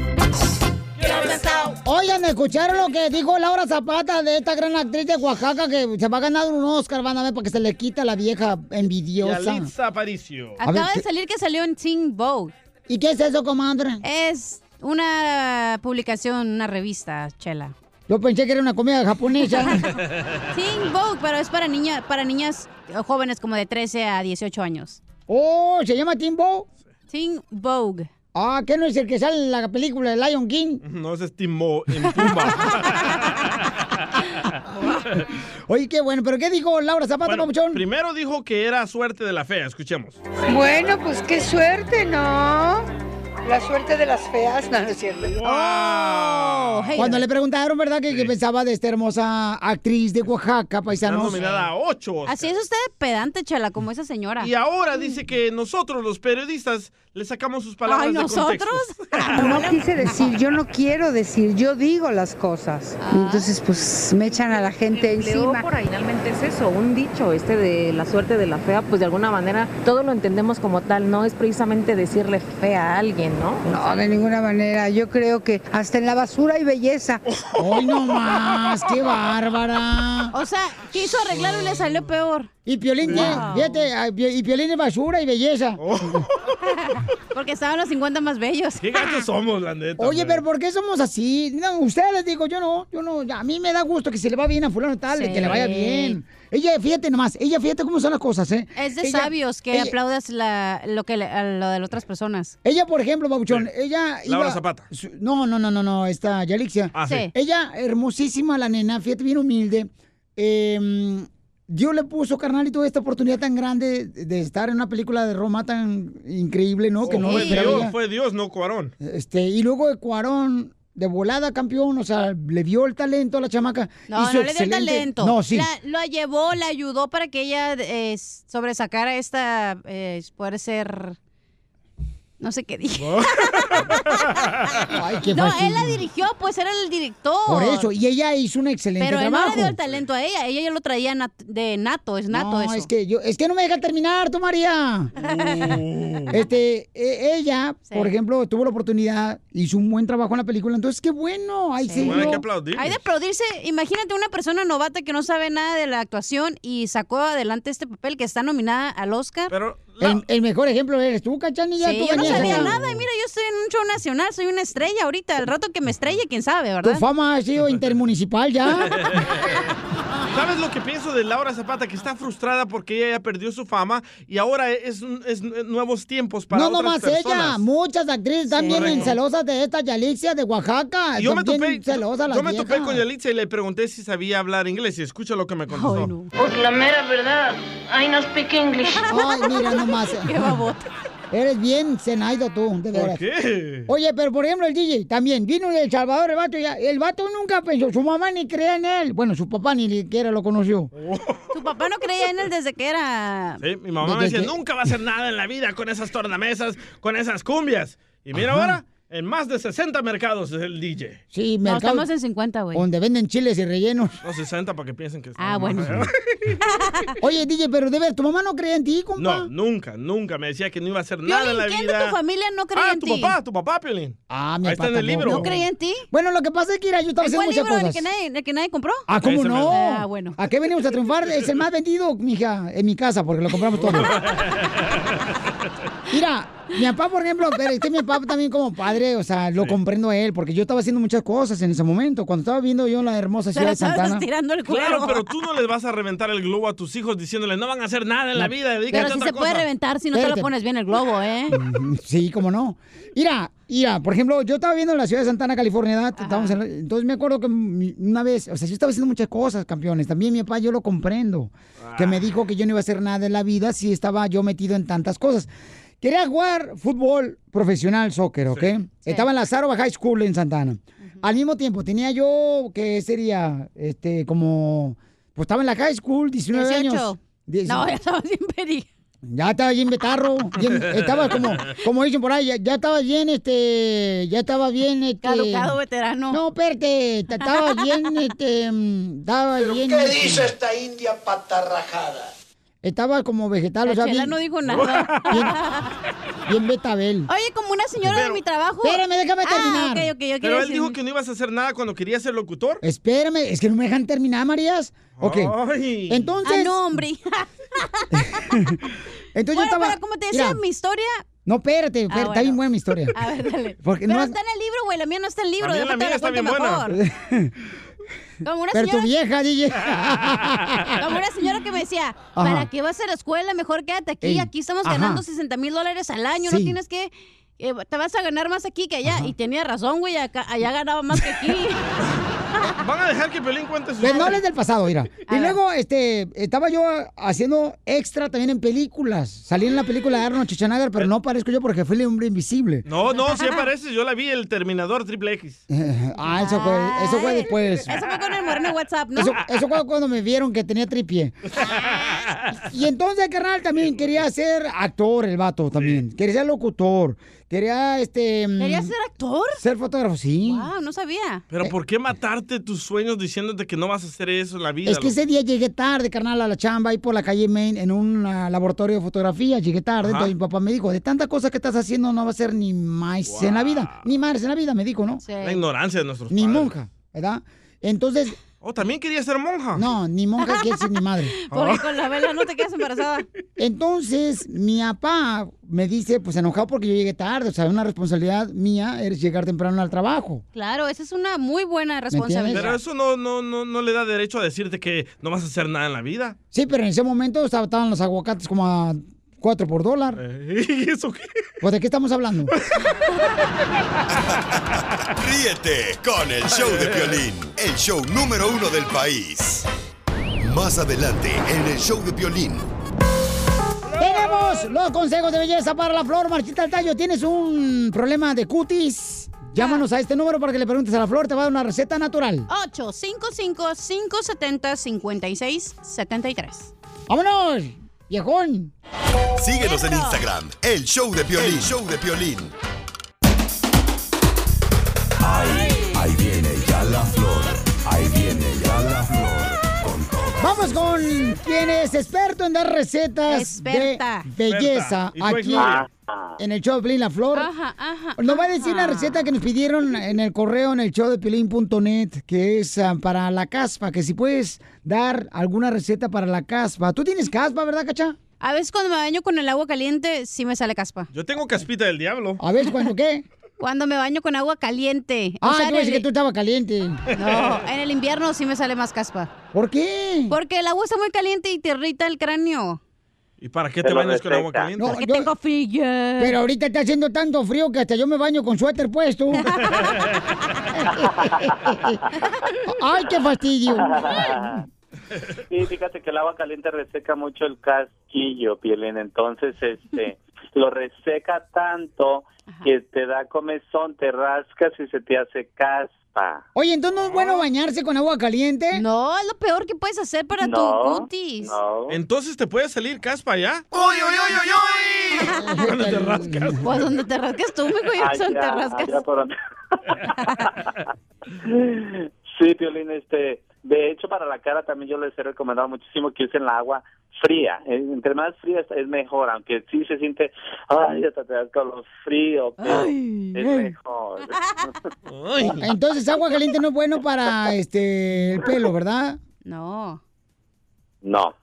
B: Oigan, ¿escucharon lo que dijo Laura Zapata de esta gran actriz de Oaxaca que se va a ganar un Oscar, van a ver, porque se le quita la vieja envidiosa?
C: Yalitza Aparicio.
B: A ver,
H: Acaba de
B: ¿qué-
H: salir que salió en Teen Vogue.
B: ¿Y qué es eso, comadre?
H: Es una publicación, una revista, Chela.
B: Yo pensé que era una comida japonesa.
H: Teen Vogue, pero es para, niña, para niñas eh, jóvenes como de 13 a 18 años.
B: Oh, ¿se llama Teen Vogue?
H: Teen Vogue.
B: Ah, ¿qué no es el que sale en la película de Lion King?
C: No se estimó en Pumba.
B: Oye, qué bueno, pero ¿qué dijo Laura Zapata,
C: Bueno,
B: papuchón?
C: primero dijo que era suerte de la fea, escuchemos.
M: Bueno, pues qué suerte, ¿no? La suerte de las feas, no, no es cierto. Oh,
B: Cuando le preguntaron, ¿verdad?, que, que pensaba de esta hermosa actriz de Oaxaca, paisanos.
C: ocho.
H: Así es usted pedante, Chela, como esa señora.
C: Y ahora dice que nosotros, los periodistas, le sacamos sus palabras
H: Ay,
C: de contexto.
M: No quise decir, yo no quiero decir, yo digo las cosas.
B: Ah.
M: Entonces, pues me echan a la gente
S: Empleó
M: encima.
S: por ahí, finalmente es eso, un dicho este de la suerte de la fea, pues de alguna manera todo lo entendemos como tal, no es precisamente decirle fea a alguien, ¿no?
M: No, de ninguna manera. Yo creo que hasta en la basura hay belleza.
B: ¡Hoy no más! ¡Qué bárbara!
H: O sea, quiso arreglarlo y le salió peor.
B: Y Piolín, tiene-
H: Wow.
B: fíjate, ah, Pi- y Piolín es basura y belleza.
H: Porque estaban los 50 más bellos.
C: Oh. ¿Qué gachos somos, la neta?
B: Oye,
C: hombre?
B: pero ¿por qué somos así? No, ustedes, digo, yo no, yo no, a mí me da gusto que se le va bien a fulano tal,
H: Sí.
B: que le vaya bien. Ella, fíjate nomás, ella, fíjate cómo son las cosas, ¿eh?
H: Es de
B: Ella-
H: sabios que
B: ella-
H: aplaudas la- lo que le- a lo de las otras personas.
B: Ella, por ejemplo, Babuchón, ella...
H: Laura Zapata.
B: su- No, no, no, no, no, esta Yalixia.
H: Ah, sí. Sí.
B: Ella, hermosísima la nena, fíjate, bien humilde. Eh, Dios le puso, carnalito, esta oportunidad tan grande de de estar en una película de Roma tan increíble, ¿no? Que no lo
C: fue,
B: esperaba
C: Dios,
B: ella.
C: fue Dios, no Cuarón.
B: Este, y luego de Cuarón, de volada campeón, o sea, le vio el talento a la chamaca.
H: No, no le
B: hizo
H: dio el
B: excelente-
H: talento.
B: No, sí.
H: La, la llevó, la ayudó para que ella eh, sobresacara esta. Eh, poder ser. No sé qué dije.
B: qué
H: no,
B: fastidio.
H: él la dirigió, pues era el director.
B: Por eso, y ella hizo un excelente
H: Pero él
B: trabajo.
H: no le dio el talento a ella. Ella ya lo traía nat- de nato, es nato
B: No,
H: eso.
B: es que yo, es que no me deja terminar, tú María. este, e- ella, por ejemplo, tuvo la oportunidad, hizo un buen trabajo en la película, entonces qué bueno, ahí sí.
C: Bueno, hay que aplaudir.
H: Hay de aplaudirse. Imagínate una persona novata que no sabe nada de la actuación y sacó adelante este papel que está nominada al Oscar.
C: Pero
B: El, el mejor ejemplo eres tú, cachanilla.
H: Sí,
B: tú
H: yo no
B: venías
H: sabía
B: a-
H: nada. Y mira, yo estoy en un show nacional, soy una estrella ahorita. El rato que me estrelle, quién sabe,
B: Tu
H: ¿verdad?
B: fama ha sido intermunicipal ya.
C: ¿Sabes lo que pienso de Laura Zapata? Que está frustrada porque ella ya perdió su fama y ahora es, un- es nuevos tiempos para
B: no
C: otras
B: nomás
C: personas.
B: ella, muchas actrices también
C: Correcto.
B: celosas de esta Yalixia de Oaxaca.
C: Y yo me
B: Son
C: topé,
B: bien celosas las
C: yo me topé
B: viejas.
C: con Yalitza y le pregunté si sabía hablar inglés y escucha lo que me contestó.
T: Pues la mera verdad, I no speak English.
B: Ay, mira nomás.
T: Qué babota.
B: Eres bien cenaido tú, de
T: ¿Por
B: veras.
T: qué?
B: Oye, pero por ejemplo el DJ también vino de El Salvador el vato. ya- el vato nunca pensó, su mamá ni creía en él. Bueno, su papá ni siquiera lo conoció.
C: Oh.
H: Tu papá no creía en él desde que era.
C: Sí, mi mamá me
B: Desde
C: decía,
B: que-
C: nunca va a hacer nada en la vida con esas tornamesas, con esas cumbias. Y mira ahora, en más de 60 mercados es el DJ.
B: Sí,
H: No,
B: mercado-
H: estamos en 50, güey.
B: Donde venden chiles y rellenos.
C: No, 60 para que piensen que está
H: Ah, bueno.
B: Oye, DJ, pero de ver, tu mamá no creía en ti, compa.
C: No, nunca, nunca. Me decía que no iba a hacer nada en
H: Piolín,
C: la
H: ¿quién
C: vida.
H: de tu familia no creía
C: ah,
H: en
C: tu
H: ti?
C: papá, tu papá, Piolín.
B: Ah,
C: Ahí está en el libro.
H: ¿No creía en ti?
B: Bueno, lo que pasa es que mira, yo estaba
H: ¿En
B: haciendo
H: cuál
B: muchas
H: libro? ¿El
B: cosas.
H: que, nadie, el que nadie compró?
B: Ah, ¿cómo no?
H: Ah, bueno.
B: ¿A qué venimos a triunfar? Es el más vendido, mija, en mi casa, porque lo compramos todo. Mira, mi papá, por ejemplo, pero es que mi papá también como padre, o sea, lo comprendo a él, porque yo estaba haciendo muchas cosas en ese momento, cuando estaba viendo yo la hermosa Pues, ciudad de Santana.
C: Claro, pero tú no les vas a reventar el globo a tus hijos diciéndole no van a hacer nada en la vida, dedícate
H: Pero
C: a
H: sí
C: otra
H: se puede
C: cosa".
H: reventar si no te lo
B: Espérate.
H: pones bien el globo, ¿eh?
B: Sí, cómo no. Mira, mira, por ejemplo, yo estaba viendo en la ciudad de Santana, California, ¿verdad? Estábamos en la- entonces me acuerdo que mi- una vez, o sea, yo estaba haciendo muchas cosas, campeones. También mi papá, yo lo comprendo, que me dijo que yo no iba a hacer nada en la vida si estaba yo metido en tantas cosas. Quería jugar fútbol profesional, soccer, ¿ok? Estaba en la Sarova High School en Santana. Al mismo tiempo, tenía yo, que sería, este, como, pues estaba en la high school, 19 años.
H: 18. No, ya
B: Dieci-
H: estaba bien peri.
B: ya estaba bien betarro, bien- estaba como, como dicen por ahí, ya, ya estaba bien, este, ya estaba bien, este...
H: Caducado, veterano.
B: No, espérate, t- estaba bien, este, mm, estaba bien...
U: ¿Qué
B: este,
U: dice esta india patarrajada?
B: Estaba como vegetal,
H: La
B: o sea,
H: Chela
B: bien,
H: no dijo nada.
B: bien, bien betabel.
H: Oye, como una señora de mi trabajo.
B: Espérame, déjame
H: Ah,
B: terminar.
H: ok, ok, yo
C: Pero
H: quiero
C: él
H: decir...
C: dijo que no ibas a hacer nada cuando querías ser locutor.
B: Eh. Espérame, es que no me dejan terminar, Marías. Ok,
C: Ay.
B: entonces...
H: Ah, no, hombre. Bueno,
B: Entonces yo estaba...
H: pero como te decía,
B: mira,
H: mi historia...
B: No, espérate, espérate,
H: Ah,
B: está
H: bueno.
B: bien buena mi historia.
H: A ver, dale.
B: Porque
H: pero
B: no-
H: está en el libro, güey. La mía no está en el libro.
B: También la
H: Déjate
B: mía
H: la
B: está
H: cuenta
B: bien
H: mejor.
B: buena.
H: Como una
B: Pero tu
H: señora...
B: vieja, DJ.
H: Como una señora que me decía, ¿para qué vas a la escuela? Mejor quédate aquí.
B: Ey,
H: Aquí estamos
B: ajá.
H: ganando 60 mil dólares al año. No
B: Sí.
H: tienes que... eh, te vas a ganar más aquí que allá. Y tenía razón, güey. acá- Allá ganaba más que aquí.
C: Van a dejar que Pelín cuente su
B: Pues no
C: historia.
B: hables del pasado, mira. Y luego, este, estaba yo haciendo extra también en películas. Salí en la película de Arnold Schwarzenegger, pero no parezco yo porque fui el hombre invisible.
C: No, no, sí apareces. Yo la vi, el Terminador Triple X.
B: Ah, eso fue, eso fue después.
H: Eso fue con el moreno de WhatsApp, ¿no?
B: Eso, eso fue cuando me vieron que tenía tripié. Y entonces, carnal, también quería ser actor el vato también. Quería ser locutor. Quería, este... mm,
H: ¿Querías ser actor?
B: Ser fotógrafo, sí.
H: Wow, no sabía.
B: Eh.
C: Pero ¿por qué matarte tus sueños diciéndote que no vas a hacer eso en la vida?
B: Es que
C: loco?
B: ese día llegué tarde, carnal, a la chamba, ahí por la calle Main, en un ah, laboratorio de fotografía, llegué tarde,
C: Ajá.
B: entonces mi papá me dijo, de tantas cosas que estás haciendo no va a ser ni más en la vida, ni madres en la vida, me dijo, ¿no?
C: La ignorancia de nuestros
B: Ni
C: padres.
B: monja, ¿verdad? Entonces...
H: Oh,
C: ¿O también quería ser monja?
B: No, ni monja quiere ser ni madre. Oh.
H: Porque con la vela no te quedas embarazada.
B: Entonces, mi papá me dice, pues enojado porque yo llegué tarde, o sea, una responsabilidad mía es llegar temprano al trabajo.
H: Claro, esa es una muy buena
C: Pero
H: responsabilidad.
C: eso no, no, no, no le da derecho a decirte que no vas a hacer nada en la vida.
B: Sí, pero en ese momento estaba- estaban los aguacates como a 4 por dólar.
C: ¿Y eso qué?
B: Pues de qué estamos hablando.
F: Ríete con el show de Piolín, el show número uno del país. Más adelante en el show de Piolín.
B: Tenemos los consejos de belleza para la flor. Marchita el tallo, ¿tienes un problema de cutis? Llámanos a este número para que le preguntes a la flor, te va a dar una receta natural.
H: 855-570-5673.
B: ¡Vámonos! ¡Viejón!
F: Síguenos en Instagram, el show de Piolín. El show de Piolín.
O: Ahí viene ya la flor, ahí viene ya la flor.
B: Vamos con quien es experto en dar recetas
H: Experta.
B: de
H: Experta.
B: belleza
H: ¿Y tu
B: aquí
H: exnovia?
B: en el show de Pelín La Flor.
H: Ajá, ajá.
B: Nos va a decir una receta que nos pidieron en el correo en el show de Piolín.net, que es ah, para la caspa, que si puedes dar alguna receta para la caspa. ¿Tú tienes caspa, verdad, Cacha?
H: A veces cuando me baño con el agua caliente, sí me sale caspa.
C: Yo tengo caspita del diablo.
B: A ver, ¿cuándo qué?
H: Cuando me baño con agua caliente. O
B: Ah,
H: sea,
B: yo
H: en
B: pensé
H: el-
B: que tú estabas caliente.
H: No, en el invierno sí me sale más caspa.
B: ¿Por qué?
H: Porque el agua está muy caliente y te irrita el cráneo.
C: ¿Y para qué
B: Te
C: te
B: lo
C: bañas con agua
B: respeta.
C: caliente?
B: No, yo-
H: Tengo frío.
B: Pero ahorita está haciendo tanto frío que hasta yo me baño con suéter puesto. Ay, qué fastidio.
V: Sí, fíjate que el agua caliente reseca mucho el casquillo, Pielín. Entonces, este, lo reseca tanto que te da comezón, te rascas y se te hace caspa.
B: Oye, entonces no es bueno bañarse con agua caliente.
H: No, es lo peor que puedes hacer para
C: No,
H: tu cutis.
C: Entonces te puede salir caspa ya. Cuando te rascas.
H: Pues donde te rascas tú, mijo, yo donde te rascas.
V: allá Ah, por donde- sí, Piolín, este, de hecho para la cara también yo les he recomendado muchísimo que usen la agua fría. Eh, Entre más fría es- es mejor, aunque sí se siente, ay, hasta te das calor frío, pero es mejor.
B: Entonces agua caliente no es bueno para este el pelo, ¿verdad?
H: No,
V: No,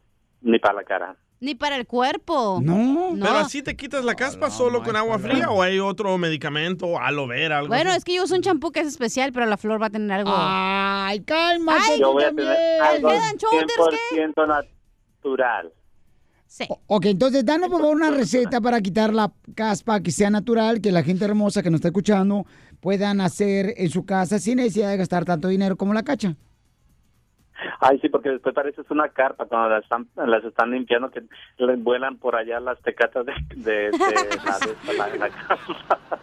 V: ni para la cara.
H: ni para el cuerpo.
B: No.
C: Pero así te quitas la caspa solo con agua fría o hay otro medicamento, aloe vera, algo
H: Bueno,
C: así?
H: es que yo uso un champú que es especial, pero la flor va a tener algo.
B: Ay, cálmate.
V: yo voy a tener algo
H: Head and Shoulders, ¿qué?
V: 100% natural.
B: O- Ok, entonces danos por favor una receta para quitar la caspa que sea natural, que la gente hermosa que nos está escuchando puedan hacer en su casa sin necesidad de gastar tanto dinero como la cacha.
V: Ay, sí, porque después pareces una carpa cuando las están, las están limpiando, que le vuelan por allá las tecatas de, de, de la, de la- de la casa.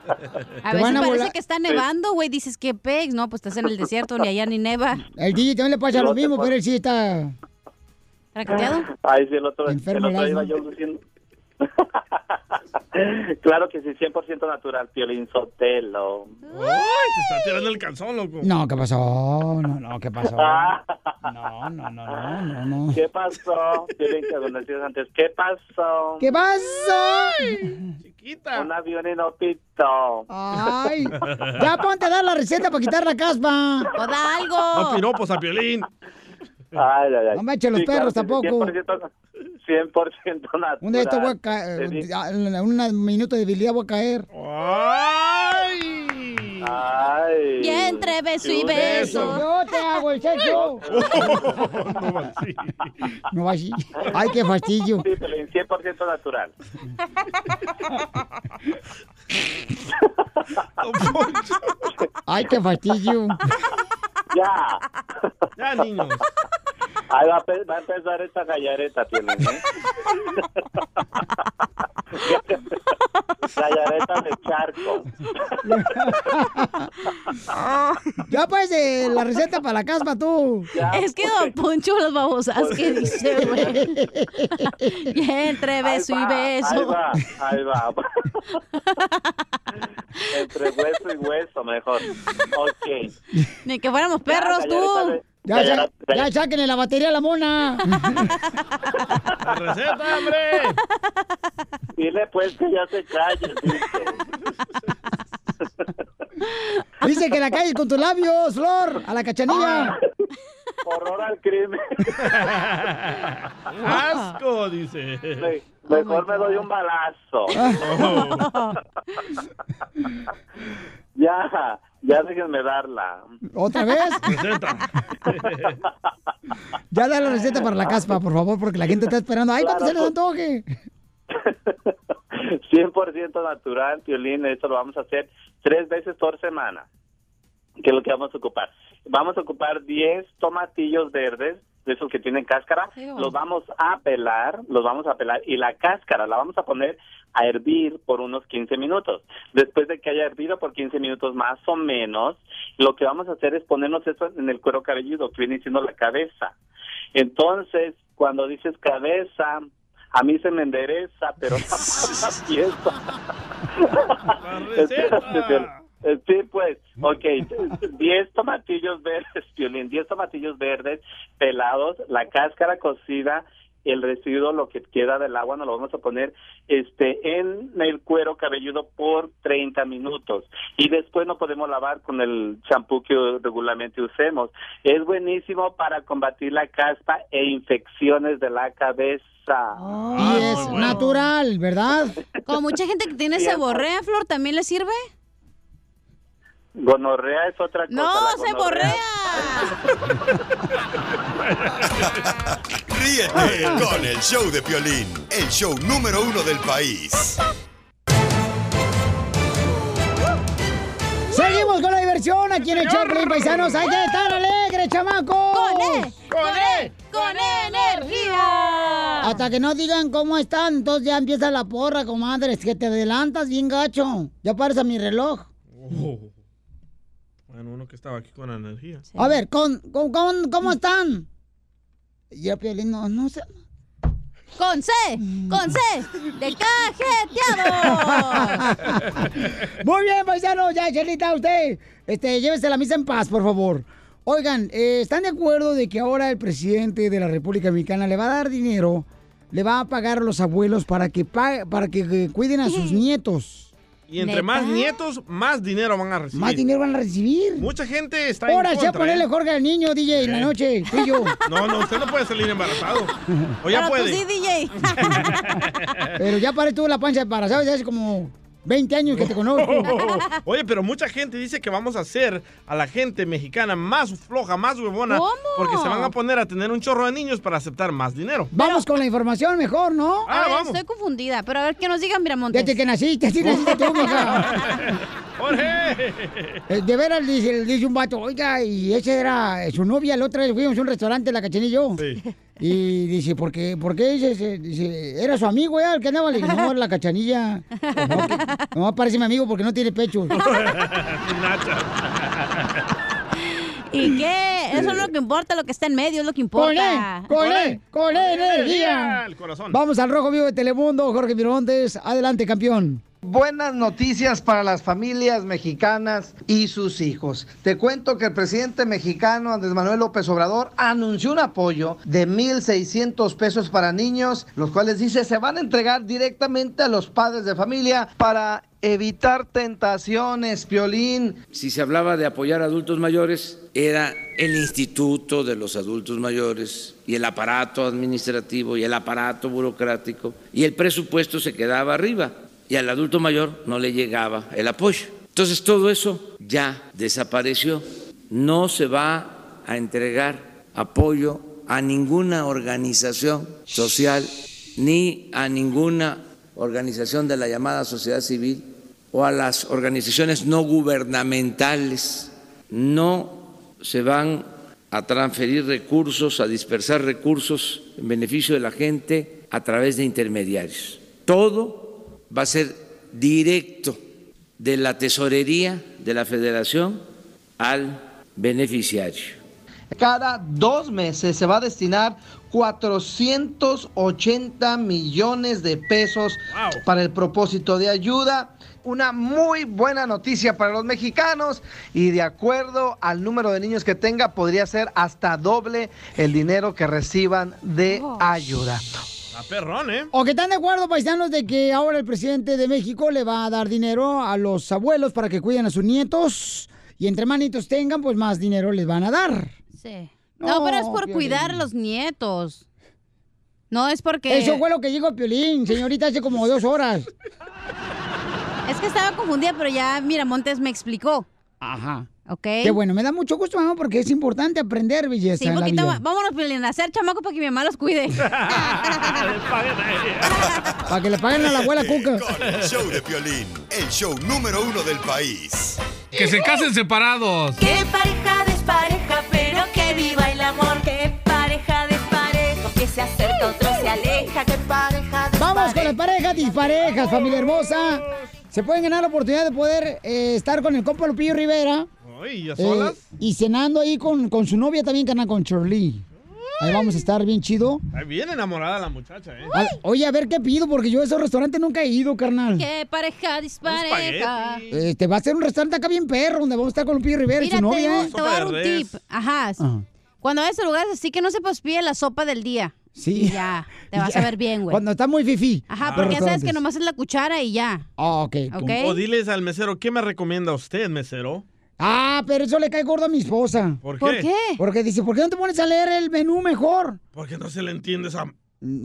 H: A
B: Te
H: veces
B: van a
H: parece
B: volar-
H: que está nevando, güey. Dices, que pex? No, pues estás en el desierto, ni allá ni neva.
B: El DJ también le pasa lo mismo, pero él sí está...
H: ¿Traqueteado?
B: Ah.
V: Ay, sí, el otro, el
B: Enfermo
V: otro
B: el
V: iba
B: alma.
V: yo luciendo. claro que sí, 100% natural, Piolín Sotelo.
C: Ay, te está tirando el calzón, loco.
B: No, ¿qué pasó? No, no, ¿qué pasó? No, no, no, no, no, no.
V: ¿Qué pasó? Piolín, que lo decías antes, ¿qué pasó?
B: ¿Qué pasó?
V: Un avión y no pitó.
B: Ay, ya ponte a dar la receta para quitar la caspa.
H: O da algo.
C: No piropos a Piolín.
V: Ay, ay, ay.
B: No me echen los
V: Sí,
B: perros
V: claro que sí,
B: tampoco.
V: 100%, 100% natural.
B: Un de estos eh, voy a ca-
V: Te di-
B: a- en un minuto de debilidad voy a caer.
C: ¡Ay!
V: ¡Ay!
H: Y entre beso y beso.
B: Yo te hago el sexo. No va así. Ay, qué fastidio.
V: Sí, Piolín, 100% natural.
B: Ay, qué fastidio.
V: Ya.
C: Ya, niños.
V: Ahí va a, pe- va a empezar esta gallareta, Piolín, ¿eh? gallareta de charco.
B: Ya pues eh, la receta para la caspa tú.
H: Es que Don Poncho las babosas que dice, güey. Y entre beso y
V: Ahí
H: beso.
V: va, ahí va. Entre hueso y hueso, mejor. Ok.
H: Ni que fuéramos perros, tú.
B: Ya, sa- ya sáquenle la batería a la mona.
V: receta, hombre! Dile pues que ya se calle.
B: Dice que la calles con tus labios, Flor, a la cachanilla.
V: Horror al crimen.
C: ¡Asco! Dice.
V: Mejor me doy un balazo. ya, ya déjenme darla.
B: ¿Otra vez? Ya da la receta para la caspa, por favor, porque la gente está esperando. Ay, cuando se les antoje.
V: 100% natural, Piolín, esto lo vamos a hacer tres veces por semana, que es lo que vamos a ocupar. Vamos a ocupar 10 tomatillos verdes, de esos que tienen cáscara,
W: Ew.
V: los vamos a pelar, los vamos a pelar, y la cáscara la vamos a poner a hervir por unos 15 minutos. Después de que haya hervido por 15 minutos más o menos, lo que vamos a hacer es ponernos eso en el cuero cabelludo, que viene siendo la cabeza. Entonces, cuando dices cabeza, a mí se me endereza, pero la fiesta. Espérate, Piolín. Eh, Sí, pues, ok, 10 tomatillos verdes, Piolín, 10 tomatillos verdes pelados, la cáscara cocida el residuo, lo que queda del agua, nos lo vamos a poner este en el cuero cabelludo por 30 minutos. Y después no podemos lavar con el champú que regularmente usemos. Es buenísimo para combatir la caspa e infecciones de la cabeza.
B: y es natural, ¿verdad?
H: Como mucha gente que tiene
V: Bien.
H: seborrea, Flor, ¿también le sirve?
V: Gonorrea es otra cosa.
H: ¡No,
V: la
H: seborrea!
F: Ríete con el show de Piolín, el show número uno del país.
B: Seguimos con la diversión aquí en el Choplin, paisanos. Hay que estar alegre, chamaco. Con E. él,
H: con E. él, con energía.
B: Hasta que no digan cómo están, entonces ya empieza la porra, comadres, que te adelantas bien gacho. Ya pares a mi reloj.
C: Oh. Bueno, uno que estaba aquí con energía.
B: A ver, con, con, con-
H: Mm.
B: ¿cómo están? Ya, Piolín, no, no sé. Mm.
H: Con C, con C, de cajeteado.
B: Muy bien, paisano, ya, Chelita, usted, este, llévese la misa en paz, por favor. Oigan, eh, ¿están de acuerdo de que ahora el presidente de la República Dominicana le va a dar dinero, le va a pagar a los abuelos para que, pa- para que eh, cuiden a sus nietos?
C: Y entre más nietos, más dinero van a recibir.
B: Más dinero van a recibir.
C: Mucha gente está
B: Ahora
C: en
B: sí a
C: contra.
B: ponerle
C: ¿eh?
B: Jorge al niño, DJ, en la noche, tú y yo.
C: No, no, usted no puede salir embarazado. O ya
B: Pero tú
C: puede.
B: sí, Pero ya paré tú la pancha para, ¿sabes? Hace como 20 años que te conozco.
C: Oye, pero mucha gente dice que vamos a hacer a la gente mexicana más floja, más huevona,
B: ¿Cómo?
C: porque se van a poner a tener un chorro de niños para aceptar más dinero. Ah,
B: Vamos con la información mejor, ¿no?
H: A ver, estoy confundida, pero a ver qué nos digan Miramontes.
B: Desde Ah, que naciste, así naciste tú, mija.
C: ¡Jorge!
B: Eh, De veras, dice, dice un vato, oiga, y esa era eh, su novia, la otra vez fuimos a un restaurante, la cachanilla y yo. Y dice, ¿por qué, por qué? Dice, se- dice, era su amigo, ya, el que andaba. Le dije, no, la cachanilla. No, que- no, parece mi amigo porque no tiene pecho.
H: ¿Y qué? Eso no es lo que importa, lo que está en medio es lo que importa.
B: Con él, con él, con él, energía.
C: El corazón.
B: Vamos al Rojo Vivo de Telemundo, Jorge Miramontes. Adelante, campeón.
D: Buenas noticias para las familias mexicanas y sus hijos. Te cuento que el presidente mexicano Andrés Manuel López Obrador anunció un apoyo de 1.600 pesos para niños, los cuales dice se van a entregar directamente a los padres de familia para evitar tentaciones, Piolín.
I: Si se hablaba de apoyar a adultos mayores, era el Instituto de los Adultos Mayores y el aparato administrativo y el aparato burocrático y el presupuesto se quedaba arriba y al adulto mayor no le llegaba el apoyo. Entonces todo eso ya desapareció. No se va a entregar apoyo a ninguna organización social ni a ninguna organización de la llamada sociedad civil o a las organizaciones no gubernamentales. No se van a transferir recursos, a dispersar recursos en beneficio de la gente a través de intermediarios. Todo va a ser directo de la tesorería de la federación al beneficiario.
D: Cada dos meses se va a destinar 480 millones de pesos para el propósito de ayuda. Una muy buena noticia para los mexicanos y de acuerdo al número de niños que tenga podría ser hasta doble el dinero que reciban de ayuda.
C: Está perrón, ¿eh?
B: ¿O que están de acuerdo, paisanos, de que ahora el presidente de México le va a dar dinero a los abuelos para que cuiden a sus nietos? Y entre más nietos tengan, pues más dinero les van a dar.
H: Sí. No, pero es por
B: Piolín.
H: cuidar a los nietos. No es porque.
B: Eso fue lo que dijo Piolín, señorita, hace como dos horas.
H: Es que estaba confundida, pero ya Miramontes me explicó.
B: Ajá.
H: ¿Ok?
B: Qué bueno, me da mucho gusto, mamá, porque es importante aprender belleza
H: Sí,
B: en la
H: poquito
B: vida.
H: más. Vámonos, Piolín, a hacer chamaco para que mi mamá los cuide.
B: Para que le paguen a la abuela Cuca.
F: Con el show de Piolín, el show número uno del país.
A: Que se casen separados.
G: Qué pareja despareja, pero que viva el amor. Qué pareja despareja, que se acerca, otro se aleja. Qué pareja
B: Vamos con las parejas disparejas, familia hermosa. Se pueden ganar la oportunidad de poder eh, estar con el compa Lupillo Rivera.
C: Ay, ¿y a
B: eh,
C: solas?
B: y cenando ahí con, con su novia también, canal con Shirley. Ahí vamos a estar bien chido.
C: Ay, Bien enamorada la muchacha, ¿eh?
B: A- oye, a ver qué pido, porque yo a esos restaurantes nunca he ido, carnal.
H: Qué pareja dispareja.
B: Este, va a ser un restaurante acá bien perro, donde vamos a estar con Lupillo Rivera y
H: Mira, te,
B: su novia.
H: voy- te voy a dar un tip. Ajá.
B: Ajá.
H: Cuando vayas a lugares así que no se paspille la sopa del día.
B: Sí.
H: Y ya, te vas a ver bien, güey.
B: Cuando está muy fifí.
H: Ajá,
C: Ah.
H: porque ya sabes
C: Restaurantes.
H: que nomás es la cuchara y ya.
B: Ah, ok.
H: Ok.
C: O diles al mesero, ¿qué me recomienda usted, mesero?
B: Ah, pero eso le cae gordo a mi esposa.
C: ¿Por ¿Por qué? qué?
B: Porque dice, ¿por qué no te pones a leer el menú mejor?
C: Porque no se le entiende esa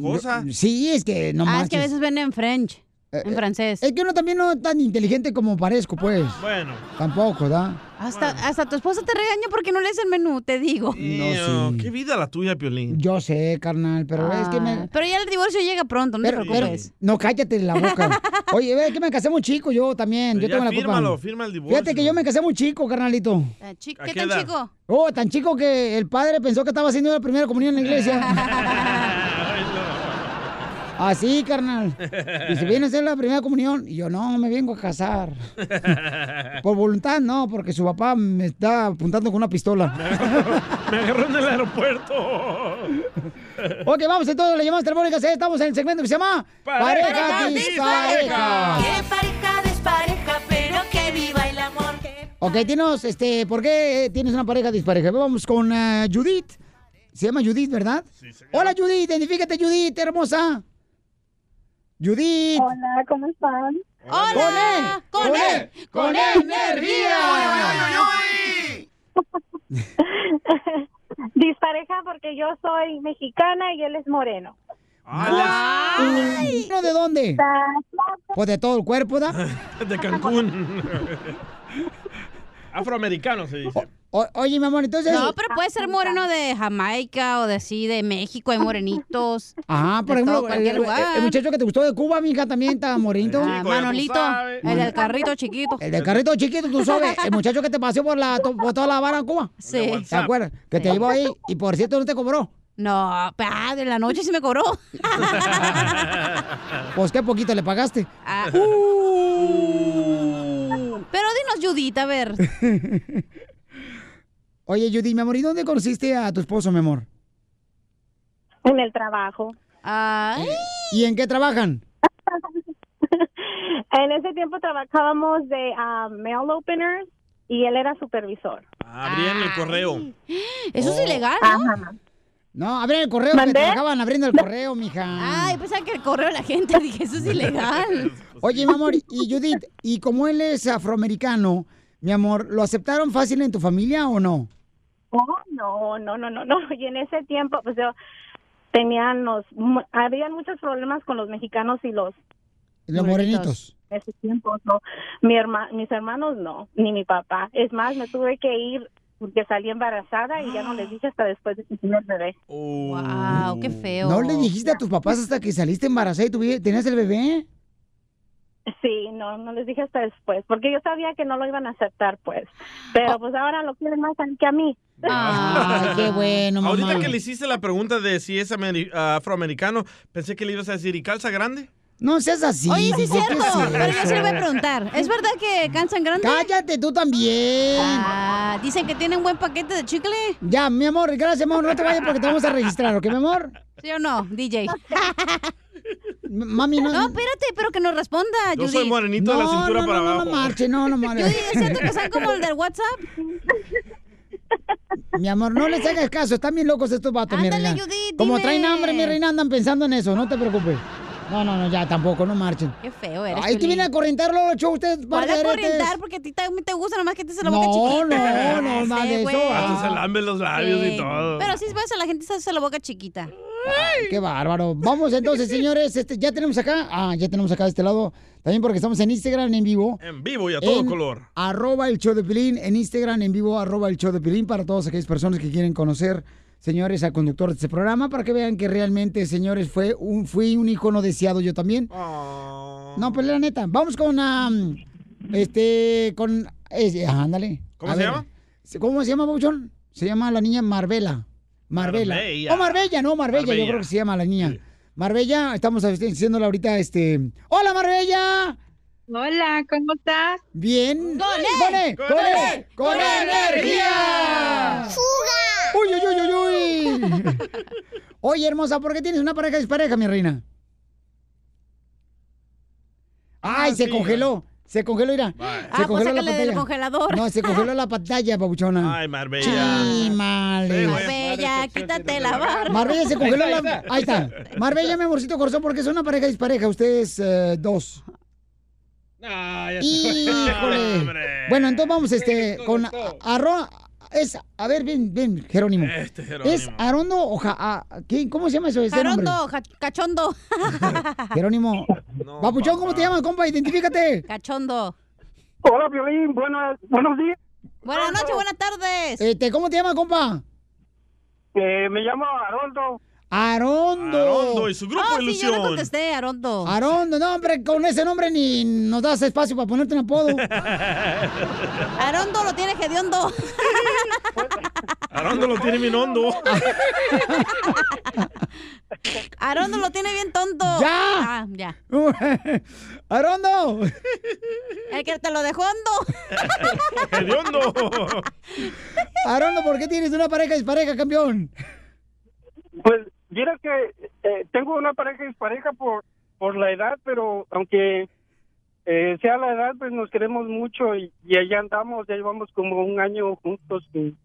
C: cosa.
B: Sí, es que no
H: ah, es que a
B: marches.
H: veces ven en French, en francés. Ah.
B: Es que uno también no es tan inteligente como parezco, pues.
C: Bueno.
B: Tampoco, ¿da?
H: Hasta, hasta tu esposa te regaña porque no lees el menú, te digo.
C: Mío, Qué vida la tuya, Piolín.
B: Yo sé, carnal, pero es que me...
H: Ah, Pero ya el divorcio llega pronto, no te preocupes.
B: No, cállate la boca. Oye, ve que me casé muy chico yo también.
C: Pero
B: yo
C: ya
B: tengo la
C: fírmalo,
B: culpa.
C: firma el divorcio.
B: Fíjate que yo me casé muy chico, carnalito.
H: Tan chico-
C: ¿A
H: ¿Qué
C: qué
H: tan
C: edad?
H: chico?
B: Oh, tan chico que el padre pensó que estaba haciendo la primera comunión en la iglesia. Así, carnal. Y si viene a hacer la primera comunión, y yo no, me vengo a casar. Por voluntad, no, porque su papá me está apuntando con una pistola.
C: Me agarró en el aeropuerto.
B: ok, vamos, entonces le llamamos telefónicas. eh, Estamos en el segmento que se llama
G: Pareja
B: Dispareja.
G: Qué pareja despareja, pero que viva el amor.
B: Ok, dinos, este, ¿por qué eh, tienes una pareja dispareja? Vamos con eh, Judith. Se llama Judith, ¿verdad? Hola, Judith, identifícate, Judith, hermosa. Judith. Hola, ¿cómo están?
G: Hola.
B: ¡Con E!
G: Con E, con E
B: energía!
E: Dispareja porque yo soy mexicana y él es moreno.
B: ¿No de dónde? Pues de todo el cuerpo, ¿da?
C: De Cancún. Afroamericano se dice.
B: O- oye, mi amor, entonces...
H: No, pero puede ser moreno de Jamaica o de así, de México, hay morenitos.
B: Ajá, por
H: de todo,
B: ejemplo, el,
H: cualquier
B: el-
H: lugar.
B: el muchacho que te gustó de Cuba, mija, también está morinto.
H: Ah, Manolito, el del carrito chiquito.
B: El del carrito chiquito, tú sabes, el muchacho que te paseó por, la, to- por toda la Habana, Cuba.
H: Sí.
B: ¿Te acuerdas? Que te
H: Sí.
B: llevó ahí y por cierto no te cobró.
H: No, pa, de la noche sí me cobró.
B: Pues qué poquito le pagaste.
H: Pero dinos, Judith, a ver.
B: Oye, Judy, mi amor, ¿y dónde conociste a tu esposo, mi amor?
E: En el trabajo.
B: Ah. ¿Y en qué trabajan?
E: En ese tiempo trabajábamos de ah, mail openers y él era supervisor.
C: Abrían el correo.
H: Eso es
E: Oh.
H: ilegal, ¿no?
B: No, abren el correo, que
H: ¿Mandé?
B: trabajaban abriendo el correo, mija.
H: Ay, pensaba que el correo de la gente, dije, eso es ilegal.
B: Oye, mi amor, y Judith, ¿y como él es afroamericano, mi amor, ¿lo aceptaron fácil en tu familia o no?
E: Oh, no, no, no, no, no. Y en ese tiempo, pues yo tenían los, mu- habían muchos problemas con los mexicanos y los
B: Los morenitos.
E: en ese tiempo, no. Mi herma, mis hermanos no, ni mi papá. Es más, me tuve que ir porque salí embarazada y ya no les dije hasta después de mi primer bebé.
H: Wow, qué feo.
B: ¿No le dijiste a tus papás hasta que saliste embarazada y tuvi- tenías el bebé?
E: Sí, no, no les dije hasta después, porque yo sabía que no lo iban a aceptar, pues. Pero pues ahora lo quieren más a- que a mí.
B: Oh. Ay, qué bueno, mamá.
C: Ahorita que le hiciste la pregunta de si es ameri- ah, afroamericano, pensé que le ibas a decir, ¿y calza grande?
B: No seas así.
H: Oye, sí es
B: DJ, ¿qué
H: cierto,
B: es
H: pero yo sí le voy a
B: eso?
H: preguntar. ¿Es verdad que cansan grande?
B: Cállate, tú también.
H: Ah, dicen que tienen buen paquete de chicle.
B: Ya, mi amor, gracias, amor. No te vayas porque te vamos a registrar, ¿ok, mi amor?
H: ¿Sí o no, DJ?
B: Mami, no.
H: No, espérate, pero que nos responda,
C: Yo
H: Judith.
C: soy morenito de la cintura
B: no,
C: para
B: no,
C: abajo.
B: No, marche, no, no marche.
H: Judith, ¿es cierto que son como el del WhatsApp?
B: Mi amor, no les hagas caso. Están bien locos estos vatos, mi reina.
H: Judith,
B: Como
H: dime.
B: traen hambre, mi reina, andan pensando en eso. No te preocupes. No, no, no, ya tampoco, no marchen.
H: Qué feo eres,
B: Ay, que
H: Piolín.
B: viene a correntarlo, los shows, ustedes
H: ¿Cuál es
B: barbaretes.
H: corrientar? Porque a ti también te gusta, nomás que te se la boca
B: No,
H: chiquita.
B: no, no, nada
H: Sí,
B: de eso.
H: güey.
C: Ah, se lambe los labios
H: Sí.
C: y todo.
H: Pero si ves a la gente se hace la boca chiquita.
B: Ay, este, Qué bárbaro. Vamos entonces, señores. Este, ya tenemos acá. Ah, ya tenemos acá de este lado. También porque estamos en Instagram en vivo.
C: En vivo y a todo
B: En
C: color.
B: Arroba el show de Pilín. En Instagram en vivo, arroba el show de Pilín. Para todas aquellas personas que quieren conocer, señores, al conductor de este programa. Para que vean que realmente, señores, fue un, fui un hijo no deseado yo también.
C: Ah.
B: No, pero la neta. Vamos con. am, este. Con. eh, ah, ándale.
C: ¿Cómo
B: A
C: se llama?
B: ¿Cómo se llama, Bouchon? Se llama la niña Marbella. Marbella.
C: Marbella.
B: Oh, Marbella, no, Marbella,
C: Marbella.
B: yo creo que se llama la niña. Marbella, estamos diciéndole ahorita este. ¡Hola, Marbella!
W: Hola, ¿cómo estás?
B: Bien.
W: ¡Con
B: E! ¡Con E! ¡Con energía! ¡Fuga! ¡Uy, uy, uy, uy, uy! Oye, hermosa, ¿por qué tienes una pareja dispareja, mi reina? ¡Ay, se congeló! Se congeló, mira. Se
H: Ah, pues sácale del congelador.
B: No, se congeló la pantalla, babuchona.
C: Ay, Marbella.
B: Chimales.
C: Sí, güey.
H: Marbella, quítate la barba.
B: Marbella se congeló
H: Ahí está,
B: la... Ahí
H: ahí está.
B: está. Marbella, mi amorcito corazón, porque son una pareja dispareja, ustedes eh, dos.
A: Ah, ya se fue.
B: Híjole. Bueno, entonces vamos este con Arón. Es, a ver, ven, ven, Jerónimo.
A: Este Jerónimo.
B: ¿Es Arondo o ja, a- ¿qué- ¿Cómo se llama eso? ese nombre?
H: Carondo, ja- cachondo.
B: Jerónimo. Papuchón, ¿cómo te llamas, compa? Identifícate.
H: Cachondo.
B: Hola, Violín. Buenas, buenos días.
H: Buenas noches, buenas tardes.
B: Este, ¿Cómo te llamas, compa?
R: Eh, me llamo Haroldo.
B: Arondo.
R: Arondo y su grupo
H: Ah,
R: de
H: sí, yo le
R: ilusión.
H: contesté, Arondo.
B: Arondo, no, hombre, con ese nombre ni nos das espacio para ponerte un apodo.
H: Arondo lo tiene hediondo.
C: Arondo lo tiene bien hondo.
H: Arondo lo tiene bien tonto.
B: ¡Ya!
H: Ah, ya.
B: Arondo.
H: El que te lo dejó hondo.
C: Hediondo.
B: Arondo, ¿por qué tienes una pareja dispareja, campeón?
R: Pues mira que eh, tengo una pareja y pareja por, por la edad, pero aunque eh, sea la edad, pues nos queremos mucho y, y allá andamos, ya llevamos como un año juntos. y- Pues,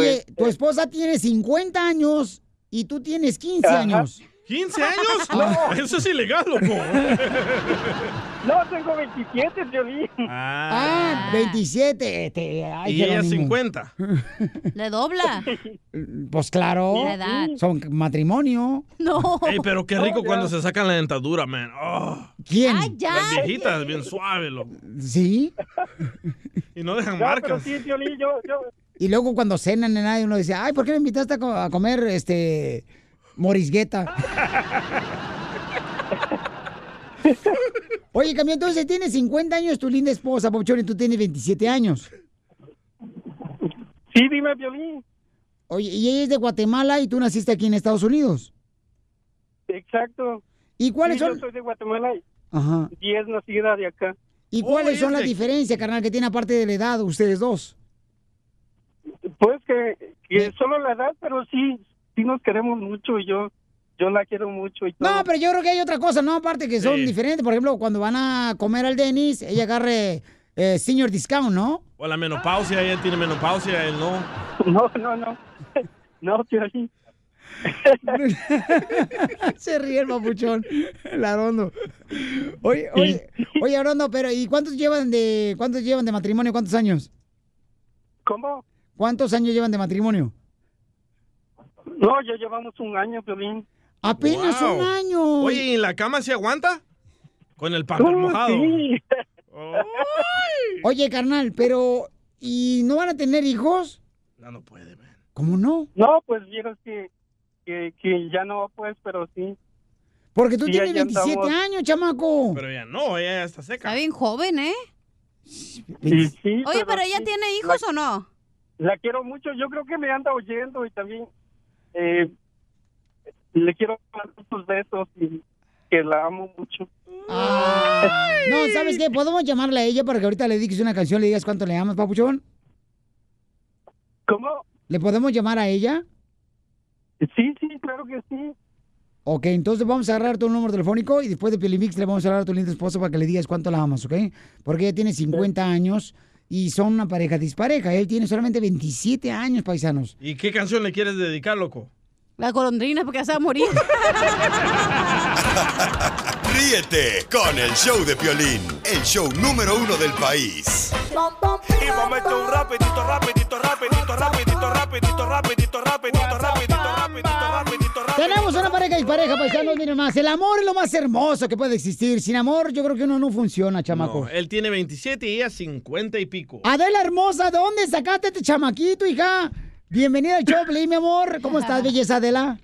B: Oye,
R: eh.
B: tu esposa tiene 50 años y tú tienes 15
R: Ajá.
B: años.
C: ¿15 años?
B: Ah.
C: No, eso es ilegal, loco.
R: No, tengo 27, Violín.
B: Ah, 27. Este, ay,
C: y ella
B: Jerónimo.
C: 50.
H: Le dobla.
B: Pues claro.
H: La edad.
B: Son matrimonio.
H: No.
C: Ey, pero qué rico cuando se sacan la dentadura, man. Oh,
B: ¿Quién?
C: Las viejitas, bien suave, loco.
B: ¿Sí?
C: Y no dejan
R: No, pero
C: marcas.
R: sí, Violín, yo, yo,
B: Y luego cuando cenan nadie uno dice, ay, ¿por qué me invitaste a, co- a comer este morisgueta? Oye, camión, entonces tiene 50 años tu linda esposa, Popchón, y tú tienes 27 años.
R: sí, dime, Violín.
B: Oye, y ella es de Guatemala y tú naciste aquí en Estados Unidos.
R: Exacto.
B: ¿Y cuáles
R: Sí,
B: son?
R: Yo soy de Guatemala
B: Ajá.
R: y es nacida de acá.
B: ¿Y
R: Oh,
B: cuáles son
R: es
B: las
R: de-
B: diferencias, carnal, que tiene aparte de la edad ustedes dos?
R: Pues que, que solo la edad, pero sí, sí nos queremos mucho y yo, yo la quiero mucho y todo.
B: No, pero yo creo que hay otra cosa, ¿no? Aparte que son
R: Sí.
B: diferentes. Por ejemplo, cuando van a comer al Denis, ella agarre eh, senior discount, ¿no?
C: O la menopausia, ella tiene menopausia, él no.
R: No, no, no. No, Piolín.
B: Se ríe el papuchón, el Arondo. Oye, oye, oye, Arondo, pero ¿y cuántos llevan de cuántos llevan de matrimonio? ¿Cuántos años?
R: ¿Cómo?
B: ¿Cuántos años llevan de matrimonio?
R: No, ya llevamos un año, Piolín.
B: Apenas
C: Wow.
B: un año.
C: Oye, ¿y en la cama se aguanta? Con el papel
B: Oh,
C: mojado.
B: sí. Oye, carnal, pero ¿y no van a tener hijos?
C: No, no puede, man.
B: ¿Cómo no?
R: No, pues vieras que, que, que ya no, pues, pero sí.
B: Porque tú
R: Sí,
B: tienes
R: ahí andamos.
B: 27 años, chamaco.
C: Pero ya no, ella ya está seca.
H: Está bien joven, ¿eh?
R: Sí,
H: Oye, pero ella
R: sí,
H: tiene hijos o no?
R: La quiero mucho, yo creo que me anda oyendo y también eh, le quiero dar muchos besos y que la amo mucho.
B: Ah, no, ¿sabes qué? Podemos llamarle a ella para que ahorita le dediques una canción, le digas cuánto le amas, papuchón.
R: ¿Cómo?
B: ¿Le podemos llamar a ella?
R: Sí, sí, claro que sí.
B: Ok, entonces vamos a agarrar tu número telefónico y después de Pilimix le vamos a hablar a tu lindo esposo para que le digas cuánto la amas, ¿ok? Porque ella tiene 50 años y son una pareja dispareja. Él tiene solamente 27 años, paisanos.
C: ¿Y qué canción le quieres dedicar, loco?
H: La golondrina, porque ya se va a morir.
F: Ríete con el show de Piolín, el show número uno del país.
G: Y vamos a meter un rapidito, rapidito, rapidito, rapidito, rapidito, rapidito, rapidito, rapidito, rapidito, rapidito,
B: Tenemos una pareja dispareja, paisanos, miren más. El amor es lo más hermoso que puede existir. Sin amor yo creo que uno no funciona, chamaco.
C: No, él tiene 27 y ella 50 y pico.
B: Adela hermosa, ¿de dónde sacaste este chamaquito, hija? Bienvenida al show, Piolín, mi amor. ¿Cómo estás, belleza, Adela?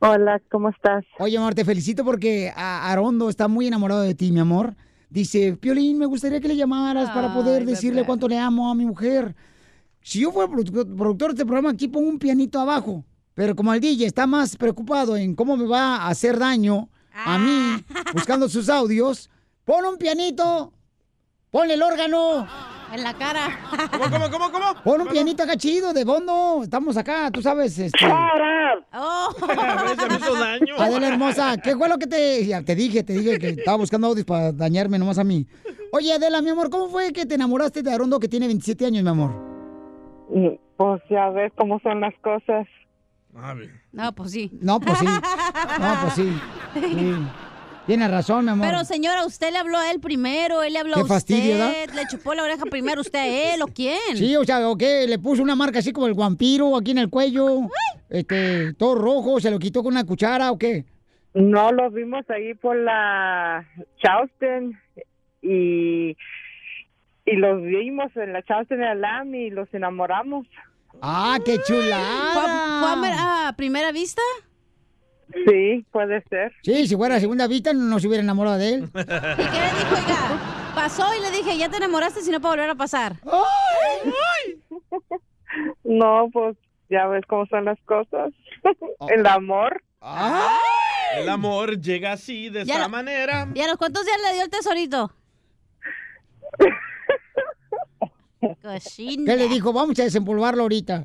J: Hola, ¿cómo estás?
B: Oye, amor, te felicito porque a- Arondo está muy enamorado de ti, mi amor. Dice, Piolín, me gustaría que le llamaras para poder decirle cuánto le amo a mi mujer. Si yo fuera produ- productor de este programa, aquí pongo un pianito abajo. Pero como el DJ está más preocupado en cómo me va a hacer daño a mí,
H: Ah.
B: buscando sus audios, pon un pianito, ponle el órgano.
H: En la cara.
C: ¿Cómo, cómo, cómo, cómo?
B: Pon un pianito acá chido, de fondo. Estamos acá, tú sabes. Este...
H: Oh.
B: Adela hermosa, ¿qué fue lo que te... ya te dije, te dije que estaba buscando audios para dañarme nomás a mí. Oye, Adela, mi amor, ¿cómo fue que te enamoraste de Arondo que tiene 27 años, mi amor?
J: Mm, Pues ya ves cómo son las cosas.
C: A ver.
H: No, pues sí.
B: No, pues sí. No, pues sí. Sí. Tienes razón, mi amor.
H: Pero señora, usted le habló a él primero, él le habló
B: Qué
H: a usted,
B: fastidio,
H: le chupó la oreja primero usted a él o quién.
B: Sí, o sea, ¿o qué? Le puso una marca así como el vampiro aquí en el cuello, este, todo rojo, se lo quitó con una cuchara o qué.
J: No, lo vimos ahí por la Charleston y, y los vimos en la Charleston Alam y los enamoramos.
B: Ah, qué chulada.
H: ¿Fue, a- fue a mer- a, primera vista?
J: Sí, puede ser.
B: Sí, si fuera a segunda vista no, no se hubiera enamorado de él.
H: Pasó y le dije, ya te enamoraste, si no para volver a pasar.
J: No, pues ya ves cómo son las cosas.
B: Oh.
J: El amor.
B: Ah.
C: El amor llega así, de esta manera.
H: ¿Y a los cuántos días le dio el tesorito?
B: ¿Qué le dijo? Vamos a desempolvarlo ahorita.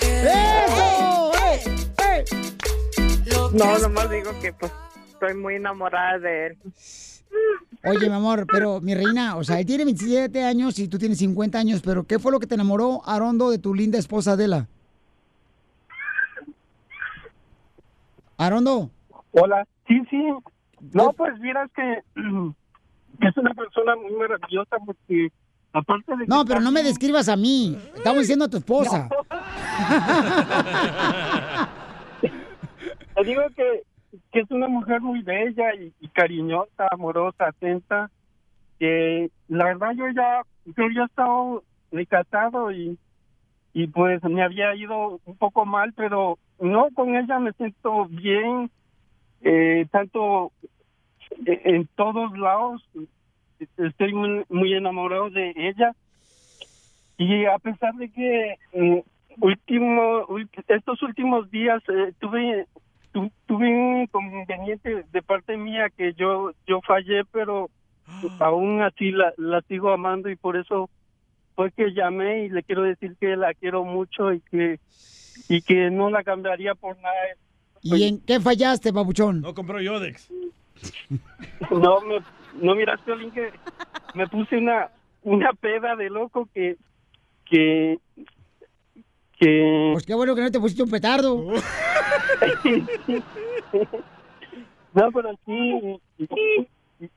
B: ¡Eso! ¡Eh!
J: No, nomás digo que pues estoy muy enamorada de él.
B: Oye, mi amor, pero mi reina, o sea, él tiene 27 años y tú tienes 50 años, pero ¿qué fue lo que te enamoró, Arondo, de tu linda esposa Adela? Arondo.
L: Hola. Sí, sí. No, pues vieras que que es una persona muy maravillosa porque aparte de
B: No,
L: que-
B: pero no me describas a mí. Estamos diciendo a tu esposa.
L: Te digo que, que es una mujer muy bella y, y cariñosa, amorosa, atenta. Que la verdad yo ya, yo ya estaba recatado y, y pues me había ido un poco mal, pero no, con ella me siento bien, eh, tanto e- en todos lados. Estoy muy, muy enamorado de ella. Y a pesar de que eh, último, ult- estos últimos días eh, tuve tu- tuve un inconveniente de parte mía que yo yo fallé, pero aún así la, la sigo amando y por eso fue que llamé y le quiero decir que la quiero mucho y que y que no la cambiaría por nada.
B: ¿Y en qué fallaste, papuchón?
L: No compró Yodex. No me no miras Piolín, que me puse una una peda de loco que que que
B: Pues qué bueno que no te pusiste un petardo.
L: No, pero sí. Y, y-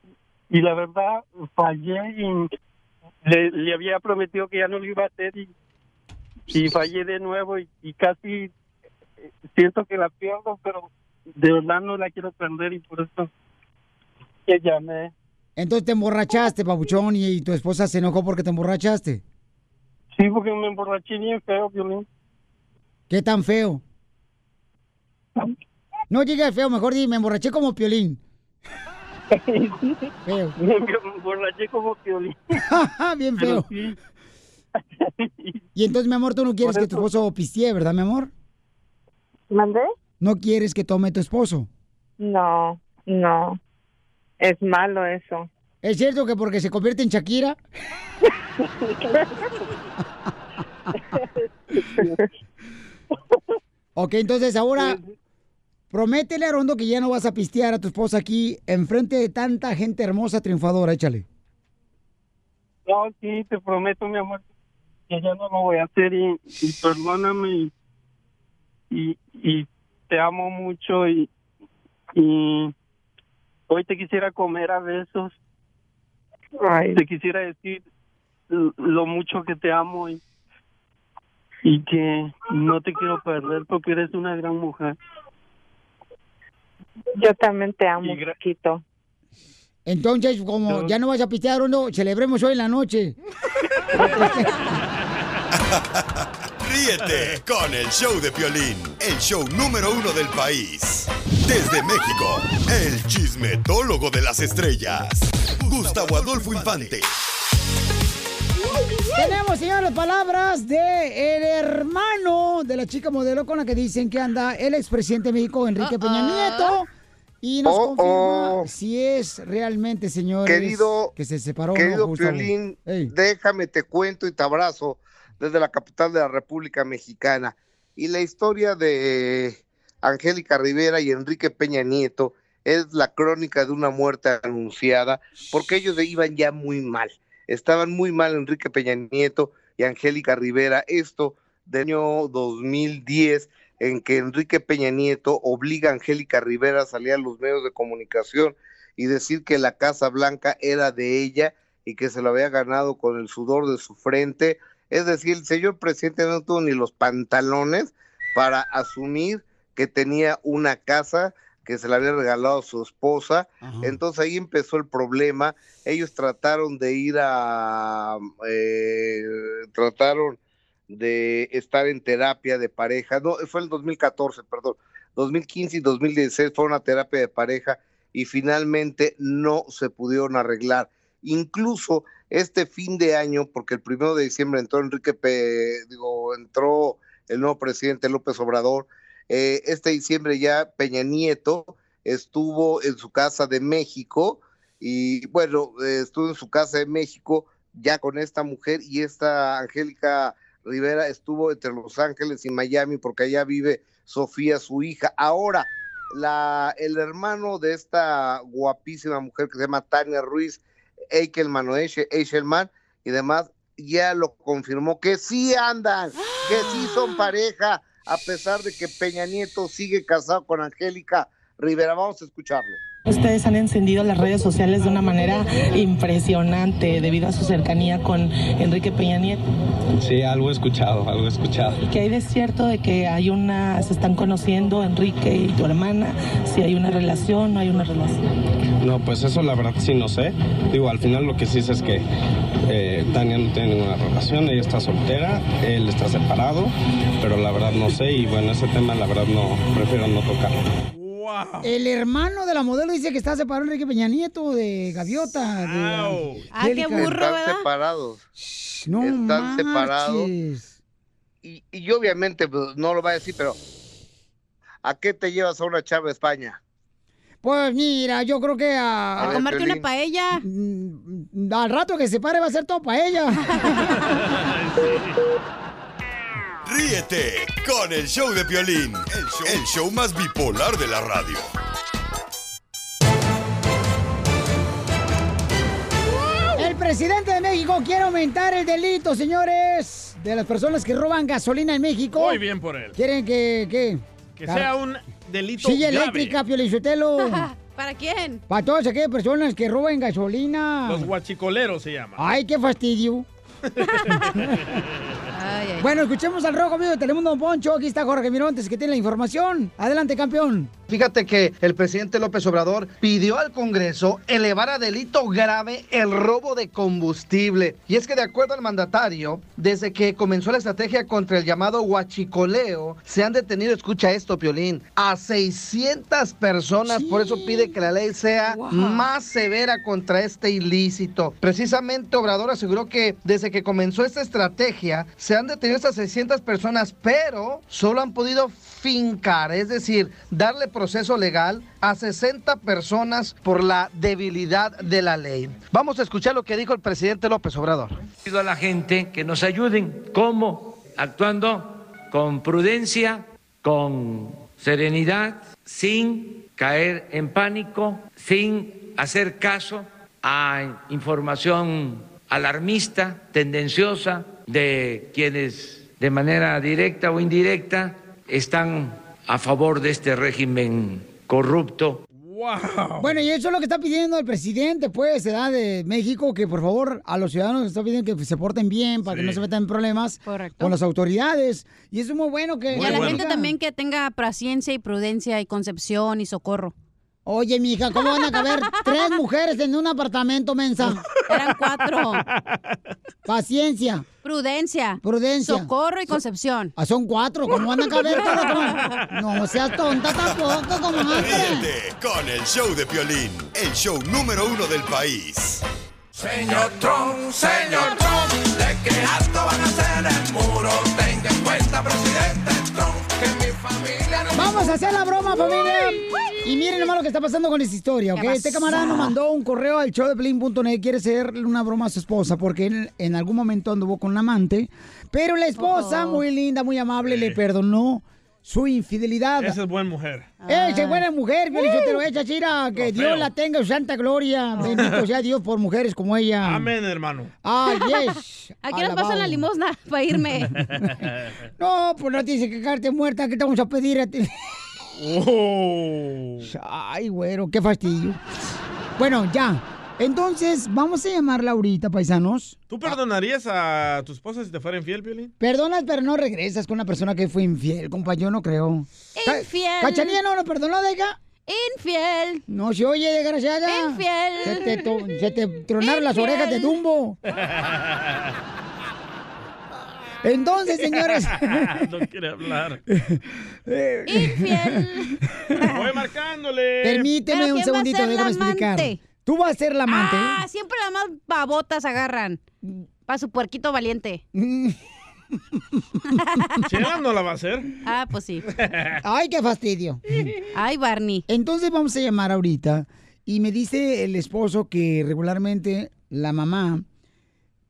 L: y la verdad, fallé y le, le había prometido que ya no lo iba a hacer y, y fallé de nuevo y, y casi eh, siento que la pierdo, pero de verdad no la quiero perder y por eso que llamé.
B: Entonces te emborrachaste, papuchón, y, y tu esposa se enojó porque te emborrachaste.
L: Sí, porque me emborraché bien feo, Violín.
B: ¿Qué tan feo? No digas feo, mejor di, me emborraché como piolín. feo.
L: Me emborraché como Violín.
B: Bien
L: Pero
B: feo. Y entonces, mi amor, tú no quieres que tu esposo pistie, ¿verdad, mi amor?
J: ¿Mandé?
B: No quieres que tome tu esposo.
J: No, no. Es malo eso.
B: ¿Es cierto que porque se convierte en Shakira? ok, entonces ahora prométele a Rondo que ya no vas a pistear a tu esposa aquí enfrente de tanta gente hermosa triunfadora, échale.
L: No, sí, te prometo, mi amor, que ya no lo voy a hacer y, y perdóname y, y, y te amo mucho y, y hoy te quisiera comer a besos. Te quisiera decir l- lo mucho que te amo y, y que no te quiero perder porque eres una gran mujer.
J: Yo también te amo, chiquito.
B: Entonces, como ya no vas a pistear, Rondo, celebremos hoy en la noche.
F: Ríete con el show de Piolín, el show número uno del país. Desde México, el chismetólogo de las estrellas, Gustavo Adolfo Infante.
B: Tenemos, señores, palabras de el hermano de la chica modelo con la que dicen que anda el expresidente de México, Enrique Peña
N: Uh-uh.
B: Nieto. Y nos
N: Oh,
B: confirma
N: oh.
B: si es realmente, señores,
N: Querido-
B: que se separó. o no,
N: Querido
B: Gustavo.
N: Piolín, déjame te cuento y te abrazo desde la capital de la República Mexicana. Y la historia de Angélica Rivera y Enrique Peña Nieto es la crónica de una muerte anunciada, porque ellos iban ya muy mal. Estaban muy mal Enrique Peña Nieto y Angélica Rivera. Esto
X: del año 2010 en que Enrique Peña Nieto obliga a Angélica Rivera a salir a los medios de comunicación y decir que la Casa Blanca era de ella y que se lo había ganado con el sudor de su frente. Es decir, el señor presidente no tuvo ni los pantalones para asumir que tenía una casa que se la había regalado a su esposa. Entonces ahí empezó el problema. Ellos trataron de ir a... eh, trataron de estar en terapia de pareja. No, fue el 2014, perdón. 2015 y 2016 fue una terapia de pareja y finalmente no se pudieron arreglar. Incluso este fin de año, porque el primero de diciembre entró Enrique, Pe- digo, entró el nuevo presidente López Obrador, eh, este diciembre ya Peña Nieto estuvo en su casa de México y bueno, eh, estuvo en su casa de México ya con esta mujer y esta Angélica Rivera estuvo entre Los Ángeles y Miami porque allá vive Sofía, su hija. Ahora, la, el hermano de esta guapísima mujer que se llama Tania Ruiz, Eichelman o Eiche- Eichelman y demás, ya lo confirmó que sí andan, que sí son pareja, a pesar de que Peña Nieto sigue casado con Angélica Rivera. Vamos a escucharlo.
P: Ustedes han encendido las redes sociales de una manera impresionante debido a su cercanía con Enrique Peña Nieto.
Q: Sí, algo he escuchado, algo he escuchado.
P: Que hay de cierto de que hay una, se están conociendo Enrique y tu hermana, si hay una relación, no hay una relación.
Q: No, pues eso la verdad sí no sé. Digo, al final lo que sí sé es que eh, Tania no tiene ninguna relación, ella está soltera, él está separado, pero la verdad no sé y bueno, ese tema la verdad no, prefiero no tocarlo.
B: El hermano de la modelo dice que está separado Enrique Peña Nieto de Gaviota. de Angélica.
X: Ah, Están separados.
B: No
X: Están
B: marches.
X: separados. Y, y obviamente pues, no lo va a decir, pero ¿a qué te llevas a una chava a España?
B: Pues mira, yo creo que a...
X: A ver, comerte una Piolín.
B: paella. Al rato que se pare va a ser todo paella.
F: Ríete con el show de Piolín, el show, el show más bipolar de la radio.
B: El presidente de México quiere aumentar el delito, señores, de las personas que roban gasolina en México.
C: Muy bien por él.
B: ¿Quieren que qué?
C: Que sea un delito
B: Silla
C: grave.
B: eléctrica, Piolichotelo.
H: ¿Para quién?
B: Para todas aquellas personas que roban gasolina.
C: Los guachicoleros se llama.
B: Ay, qué fastidio. Bueno, escuchemos al rojo vivo de Telemundo Don Poncho. Aquí está Jorge Mirontes que tiene la información. Adelante, campeón.
D: Fíjate que el presidente López Obrador pidió al Congreso elevar a delito grave el robo de combustible. Y es que de acuerdo al mandatario, desde que comenzó la estrategia contra el llamado huachicoleo, se han detenido, escucha esto, Piolín, a 600 personas. Por eso pide que la ley sea más severa contra este ilícito. Precisamente Obrador aseguró que desde que comenzó esta estrategia, se han detenido estas 600 personas, pero solo han podido fincar, es decir, darle proceso legal a 60 personas por la debilidad de la ley. Vamos a escuchar lo que dijo el presidente López Obrador.
I: pido a la gente que nos ayuden. ¿Cómo? Actuando con prudencia, con serenidad, sin caer en pánico, sin hacer caso a información alarmista, tendenciosa, de quienes de manera directa o indirecta están a favor de este régimen corrupto.
B: Bueno, y eso es lo que está pidiendo el presidente, pues, edad de México, que por favor a los ciudadanos está pidiendo que se porten bien para que
H: Sí.
B: no se metan en problemas
H: Correcto.
B: con las autoridades. Y eso es muy bueno que...
H: y a la gente también que tenga paciencia y prudencia y concepción y socorro.
B: Oye, mija, ¿cómo van a caber tres mujeres en un apartamento, mensa?
H: Eran cuatro.
B: Paciencia.
H: Prudencia.
B: Prudencia.
H: Socorro y concepción.
B: Ah, son cuatro, ¿cómo van a caber todas? como- No seas tonta tampoco, comadre.
F: Ríete con el show de Piolín, el show número uno del país.
G: Señor Trump, señor Trump, de qué alto van a hacer el muro. Tenga en cuenta, presidente Trump, que mi familia no
B: Vamos a hacer la broma, familia. Y miren nomás lo que está pasando con esta historia, ¿ok?
G: ¿Qué
B: Este
G: pasó?
B: camarada nos mandó un correo al showdeplin.net. Quiere hacerle una broma a su esposa porque él en algún momento anduvo con un amante. Pero la esposa, muy linda, muy amable, le perdonó su infidelidad.
C: Esa es buena mujer.
B: Esa es buena mujer, Felicitero, esa chira, que Dios la tenga en su santa gloria. Bendito sea Dios por mujeres como ella.
C: Amén, hermano.
B: Ah, yes.
H: Aquí nos pasan la limosna para irme.
B: No, pues no tienes que quedarte muerta, que te vamos a pedir a ti. Ay, güero, qué fastidio. Bueno, ya. Entonces, vamos a llamarla ahorita, paisanos.
C: ¿Tú perdonarías a tu esposa si te fuera infiel, Piolín?
B: Perdonas, pero no regresas con una persona que fue infiel, compa, yo no creo. Ca-
H: Infiel.
B: ¿Cachanilla no lo perdonó, Deca?
H: Infiel.
B: No se oye, desgraciada.
H: Infiel.
B: Se te, to- se te tronaron las
H: Infiel.
B: orejas de Dumbo. Entonces, señores...
C: no quiere hablar.
B: Eh. Infiel.
C: Voy marcándole.
B: Permíteme
H: ¿Pero quién
B: un
H: va a
B: segundito,
H: ser la
B: déjame explicar.
H: amante?
B: Tú vas a ser la amante. ¿eh?
H: Ah, siempre las más babotas agarran. Para su puerquito valiente.
C: Chela no la va a hacer.
H: Ah, pues sí.
B: Ay, qué fastidio.
H: Ay, Barney.
B: Entonces vamos a llamar ahorita y me dice el esposo que regularmente la mamá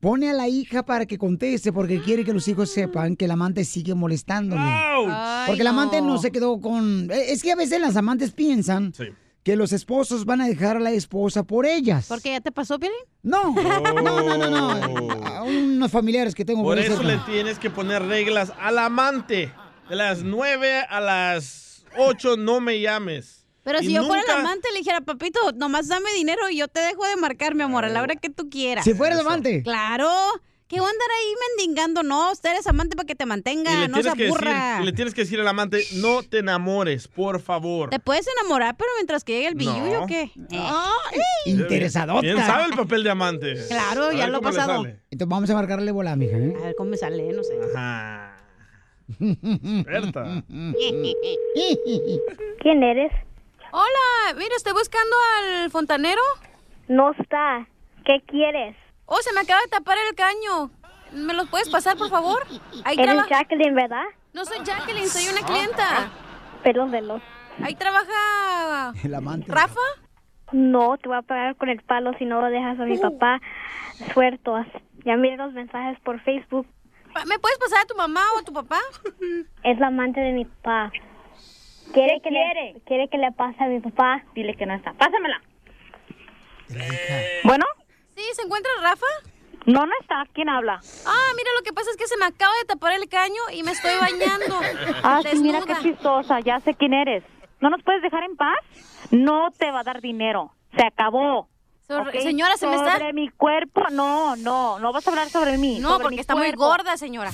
B: pone a la hija para que conteste porque quiere que los hijos sepan que la amante sigue molestándole.
H: Ay,
B: Porque la amante no.
H: no.
B: se quedó con... eh, Es que a veces las amantes piensan que los esposos van a dejar a la esposa por ellas.
H: ¿Por qué ya te pasó, Piolín?
B: No, no, no, no, no. A Ah, unos familiares que tengo
C: Por
B: ahí
C: eso
B: cerca.
C: le tienes que poner reglas al amante. De las 9 a las 8 no me llames.
H: Pero
C: Y
H: si yo fuera
C: nunca-
H: el amante, le dijera, papito, nomás dame dinero y yo te dejo de marcar, mi amor, a la hora que tú quieras.
B: Si fuera el amante.
H: Claro. ¿Qué va a andar ahí mendigando? No, usted eres amante para que te
C: Y
H: mantenga,
C: le,
H: no se
C: tienes que decir,
H: aburra.
C: y le tienes que decir al amante, no te enamores, por favor.
H: Te puedes enamorar, pero mientras que llegue el billuyo,
C: No.
H: ¿qué? Eh.
B: Interesadota.
C: ¿Quién sabe el papel de amante?
H: Claro,
C: A ver
H: ya lo he
C: cómo le
H: pasado.
C: sale.
B: Entonces vamos a marcarle bola, mija. ¿eh?
H: A ver cómo me sale, no sé.
C: Berta.
B: Mm,
M: ¿Quién eres?
S: Hola, mira, estoy buscando al fontanero.
M: No está. ¿Qué quieres?
S: Oh, se me acaba de tapar el caño. ¿Me los puedes pasar, por favor? Ahí
M: eres
S: trabaja-
M: Jacqueline, ¿verdad?
S: No soy Jacqueline, soy una clienta.
M: Perdón de los.
S: Ahí trabaja
B: El amante.
S: Rafa.
M: No, te voy a pagar con el palo si no lo dejas a mi papá sueltos. Ya miré los mensajes por Facebook.
S: Pa- ¿Me puedes pasar a tu mamá o a tu papá?
M: Es la amante de mi papá. ¿Quiere que Le, quiere que le pase a mi papá? Dile que no está. Pásamela.
S: Bueno. Sí, ¿se encuentra Rafa?
M: No, no está. ¿Quién habla?
S: Ah, mira, lo que pasa es que se me acaba de tapar el caño y me estoy bañando.
T: Ah, sí, mira qué
S: Desnuda.
T: chistosa, ya sé quién eres. ¿No nos puedes dejar en paz? No te va a dar dinero. Se acabó.
S: Sor-
T: ¿Ok?
S: señora, se me está-
T: Sobre mi cuerpo, no, no, no vas a hablar sobre mí.
S: No,
T: sobre
S: porque
T: mi
S: está muy
T: cuerpo.
S: gorda, señora.